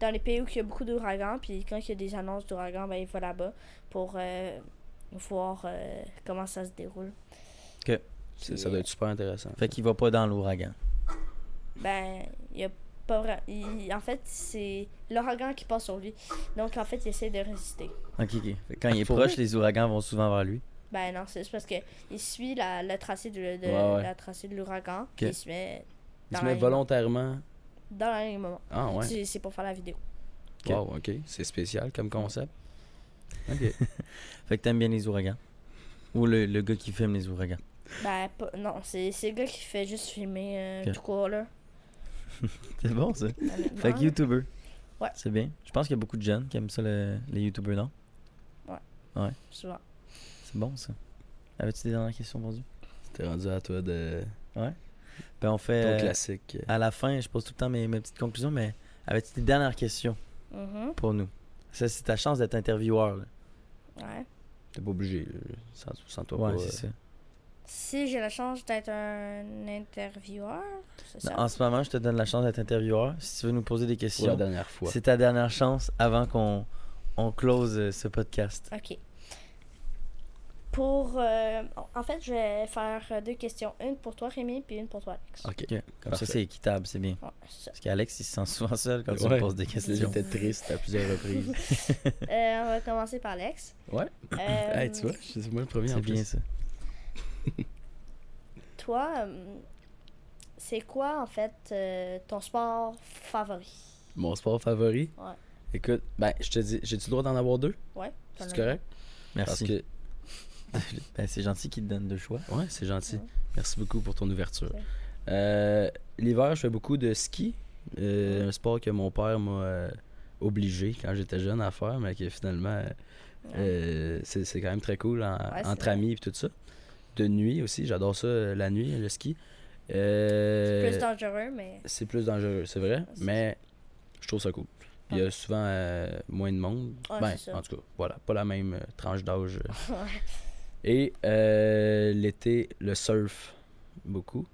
S3: dans les pays où il y a beaucoup d'ouragans, puis quand il y a des annonces d'ouragans, ben, il va là-bas pour euh, voir euh, comment ça se déroule.
S4: C'est- Ça doit être super intéressant.
S2: Fait qu'il va pas dans l'ouragan.
S3: Ben, il y a pas vra- il- En fait, c'est l'ouragan qui passe sur lui. Donc, en fait, il essaie de résister.
S2: Ok, ok. Fait que quand il est
S4: Faut-
S2: proche, les ouragans vont souvent vers lui.
S3: Ben non, c'est juste parce que il suit la, la tracée de, de-
S4: Ouais, ouais.
S3: la tracée de l'ouragan, puis
S2: Ok.
S3: il se met
S4: Il
S3: dans
S4: se met
S3: l'alignement.
S4: volontairement.
S3: dans l'alignement.
S4: Ah ouais.
S3: C'est- C'est pour faire la vidéo.
S2: Ok.
S4: Wow, ok. C'est spécial comme concept. Ok.
S2: Fait que t'aimes bien les ouragans. Ou le, le gars qui filme les ouragans.
S3: Ben, pas- non, c'est c'est le gars qui fait juste filmer euh,
S2: Ok.
S3: tout court, là.
S2: C'est bon ça.
S3: honnêtement,
S2: Fait que
S3: là.
S2: YouTuber.
S3: hein? Ouais.
S2: C'est bien. Je pense qu'il y a beaucoup de jeunes qui aiment ça, le- les YouTubers, non
S3: Souvent.
S2: C'est bon ça. Avais-tu des dernières questions pour Dieu?
S4: C'était rendu à toi de
S2: Ben on fait.
S4: ton
S2: euh,
S4: classique.
S2: à la fin, je pose tout le temps mes, mes petites conclusions, mais avais-tu des dernières questions
S3: Mhm,
S2: pour nous Ça, c'est ta chance d'être intervieweur. là.
S3: ouais.
S4: T'es pas obligé. là. Sans, sans toi
S2: Ouais,
S4: pas, euh,
S2: c'est ça.
S3: Si j'ai la chance d'être un intervieweur, c'est ça.
S2: Non, Ben, en ce moment, je te donne la chance d'être intervieweur. Si tu veux nous poser des
S4: pour la
S2: questions,
S4: dernière fois.
S2: c'est ta dernière chance avant qu'on on close euh, ce podcast.
S3: Ok. Pour. euh, en fait, je vais faire euh, deux questions. Une pour toi, Rémi, puis une pour toi, Alex.
S4: Ok.
S2: Ok. Comme
S4: Parfait.
S2: ça, c'est équitable, c'est bien.
S4: Ah.
S3: Ouais, c'est ça.
S2: Parce qu'Alex, il se sent souvent seul quand tu
S4: Ouais.
S2: lui poses des
S4: J'étais
S2: questions.
S4: triste à plusieurs reprises.
S3: Euh, on va commencer par Alex.
S4: Ouais.
S3: Euh,
S4: Hey, tu vois, je- c'est moi le premier en
S2: C'est bien
S4: plus.
S2: ça.
S3: Toi, euh, c'est quoi, en fait, euh, ton sport favori
S4: Mon sport favori.
S3: Ouais.
S4: Écoute, ben, je te dis, j'ai-tu le droit d'en avoir deux?
S3: Ouais. t'en
S4: C'est
S3: as-
S4: correct? Parce
S2: Merci.
S4: que,
S2: Ben, c'est gentil qu'il te donne deux choix.
S4: ouais, c'est gentil.
S3: Ouais.
S4: Merci beaucoup pour ton ouverture.
S3: Ouais.
S4: Euh, L'hiver, je fais beaucoup de ski. Euh, Un sport que mon père m'a euh, obligé quand j'étais jeune à faire, mais que finalement, euh, euh, c'est c'est quand même très cool en-
S3: c'est
S4: entre
S3: vrai.
S4: amis et tout ça. De nuit aussi, j'adore ça euh, la nuit, le ski. Euh,
S3: Plus dangereux, mais.
S4: c'est plus dangereux, c'est vrai,
S3: c'est
S4: mais je trouve ça cool. Puis il y a souvent euh, moins de monde.
S3: Ouais,
S4: ben,
S3: c'est ça.
S4: en tout cas, voilà, pas la même euh, tranche d'âge. euh.
S3: Ouais.
S4: Et euh, l'été, le surf, beaucoup.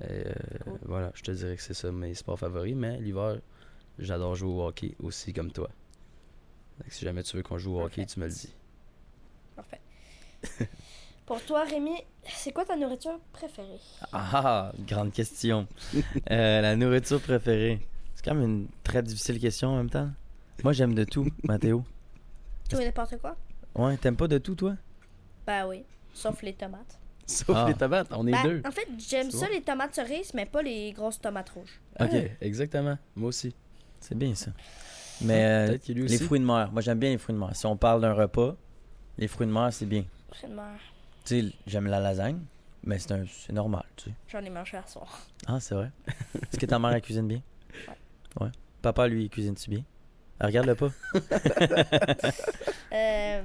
S4: Euh,
S3: Cool.
S4: Voilà, je te dirais que c'est ça mes sports favoris, mais l'hiver, j'adore jouer au hockey aussi comme toi. Fait que si jamais tu veux qu'on joue au hockey,
S3: Perfect.
S4: tu me le dis.
S3: Parfait. pour toi, Rémi, c'est quoi ta nourriture préférée
S2: Ah, grande question. Euh, la nourriture préférée. C'est quand même une très difficile question en même temps. Moi, j'aime de tout, Mathéo.
S3: Tout et n'importe quoi
S2: Ouais, t'aimes pas de tout, toi?
S3: Ben oui. Sauf les tomates.
S4: Sauf
S2: Ah.
S4: les tomates, on est
S3: Ben,
S4: deux.
S3: En fait, j'aime
S4: C'est
S3: ça
S4: bon.
S3: les tomates cerises, mais pas les grosses tomates rouges.
S2: Ok.
S4: Ouais, exactement, moi aussi.
S2: C'est bien ça. Mais euh,
S4: Ah, Peut-être qu'il lui
S2: les
S4: aussi.
S2: fruits de mer, moi j'aime bien les fruits de mer. Si on parle d'un repas, les fruits de mer, c'est bien.
S3: Fruits de mer,
S2: Tu sais, j'aime la lasagne, mais c'est un- c'est normal, tu sais.
S3: J'en ai mangé à soir.
S2: Ah, c'est vrai. Est-ce que ta mère, elle cuisine bien? Ouais. Papa, lui, il cuisine-tu bien? Ah, Regarde-le pas.
S3: Euh,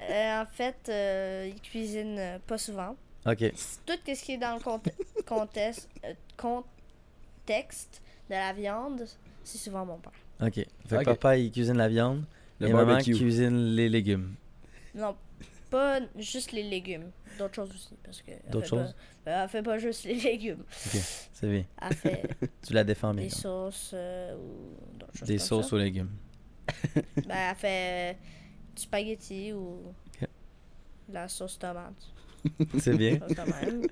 S3: euh, en fait, euh, ils cuisinent euh, pas souvent.
S2: Ok.
S3: Tout ce qui est dans le conte- contexte, euh, contexte de la viande, c'est souvent mon père.
S2: Ok. Fait que
S4: Ok.
S2: papa, il cuisine la viande.
S4: Le
S2: et maman
S4: barbecue.
S2: cuisine les légumes.
S3: Non, pas juste les légumes. D'autres choses aussi. parce que elle
S2: D'autres
S3: fait pas- Ben,
S2: choses?
S3: elle fait pas juste les légumes.
S2: C'est bien.
S3: Elle fait
S2: Tu la défends bien.
S3: des
S2: quand
S3: sauces euh, ou d'autres
S2: même.
S3: choses.
S2: Des
S3: comme
S2: sauces
S3: ça.
S2: aux légumes.
S3: Ben, elle fait euh, du spaghetti ou
S2: Ok.
S3: de la sauce tomate.
S2: C'est bien.
S3: Chose de même.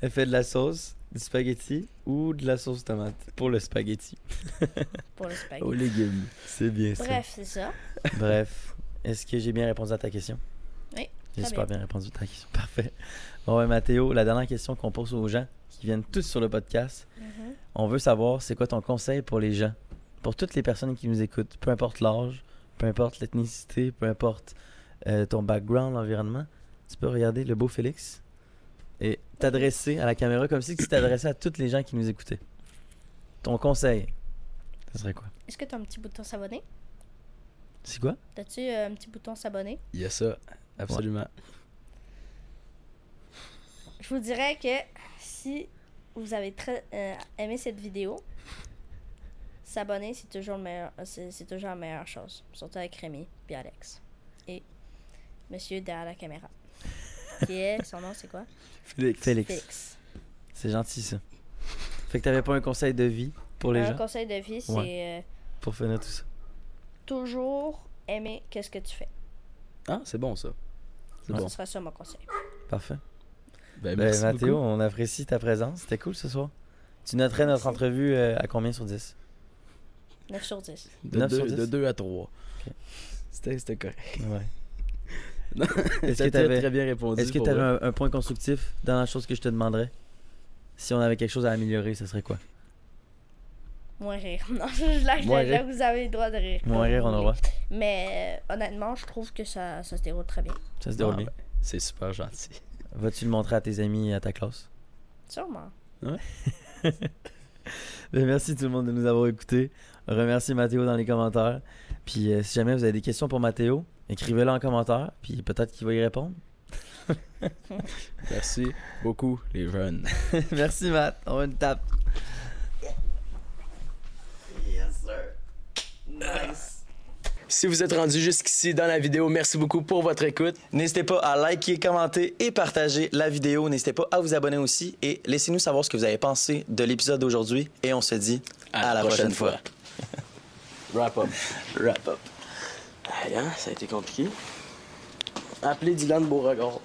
S2: Elle fait de la sauce, du spaghetti ou de la sauce tomate pour le spaghetti.
S3: pour le spaghetti.
S4: Aux légumes.
S2: C'est bien ça.
S3: Bref, c'est ça.
S2: Bref, est-ce que j'ai bien répondu à ta question?
S3: Oui,
S2: J'ai
S3: très
S2: super bien répondu à ta question. Parfait. Bon, ouais, Mathéo, la dernière question qu'on pose aux gens, qui viennent tous sur le podcast.
S3: Mm-hmm.
S2: On veut savoir c'est quoi ton conseil pour les gens, pour toutes les personnes qui nous écoutent, peu importe l'âge, peu importe l'ethnicité, peu importe euh, ton background, l'environnement. Tu peux regarder le beau Félix et t'adresser à la caméra comme si tu t'adressais à toutes les gens qui nous écoutaient. Ton conseil, ce serait quoi
S3: Est-ce que t'as un petit bouton s'abonner
S2: C'est quoi
S3: T'as-tu euh, un petit bouton s'abonner
S4: Il y a ça, absolument.
S3: Je vous dirais que si vous avez très, euh, aimé cette vidéo, s'abonner, c'est toujours, le meilleur, c'est, c'est toujours la meilleure chose. Surtout avec Rémi puis Alex. Et monsieur derrière la caméra. Qui est, son nom c'est quoi
S4: Félix.
S2: Félix.
S3: Félix.
S2: C'est gentil ça. Fait que t'avais pas un conseil de vie pour les
S3: Un
S2: gens
S3: conseil de vie, c'est euh,
S2: pour finir tout ça.
S3: toujours aimer qu'est-ce que tu fais.
S4: Ah, c'est bon ça. C'est
S2: Ouais.
S4: bon.
S3: Ce serait ça mon conseil.
S2: Parfait.
S4: Ben,
S2: Ben,
S4: merci
S2: Mathéo,
S4: beaucoup.
S2: on apprécie ta présence. C'était cool ce soir. Tu noterais notre
S3: Merci.
S2: entrevue euh, à combien sur 10
S3: 9 sur 10.
S4: De
S2: neuf sur
S4: 2
S2: dix?
S4: à 3.
S2: Ok.
S4: C'était c'était correct.
S2: Ouais.
S4: Non,
S2: Est-ce
S4: t'as
S2: que
S4: très,
S2: t'avais-
S4: très bien répondu.
S2: Est-ce que
S4: pour
S2: tu avais
S4: vrai.
S2: un, un point constructif dans la chose que je te demanderais Si on avait quelque chose à améliorer, ce serait quoi
S3: Moins rire. Non, je lâche
S2: Moins
S3: là,
S2: rire.
S3: vous avez le droit de rire.
S2: Moins rire, on aura.
S3: Mais euh, honnêtement, je trouve que ça, ça se déroule très bien.
S2: Ça se
S4: Ah,
S2: déroule bien.
S4: ben, C'est super gentil.
S2: Vas-tu le montrer à tes amis et à ta classe
S3: Sûrement.
S2: Ben, Merci tout le monde de nous avoir écoutés. Remercie Mathéo dans les commentaires. Puis euh, si jamais vous avez des questions pour Mathéo, écrivez-le en commentaire. Puis peut-être qu'il va y répondre.
S4: Merci beaucoup, les jeunes.
S2: Merci Matt. On va une tape. Yes sir. Nice.
S4: Si vous êtes rendu jusqu'ici dans la vidéo, merci beaucoup pour votre écoute.
S2: N'hésitez pas à liker, commenter et partager la vidéo. N'hésitez pas à vous abonner aussi et laissez-nous savoir ce que vous avez pensé de l'épisode d'aujourd'hui. Et on se dit à, la prochaine, fois.
S4: Wrap up.
S2: Wrap up.
S4: Aïe, hein, ça a été compliqué. Appelez Dylan Beauregard.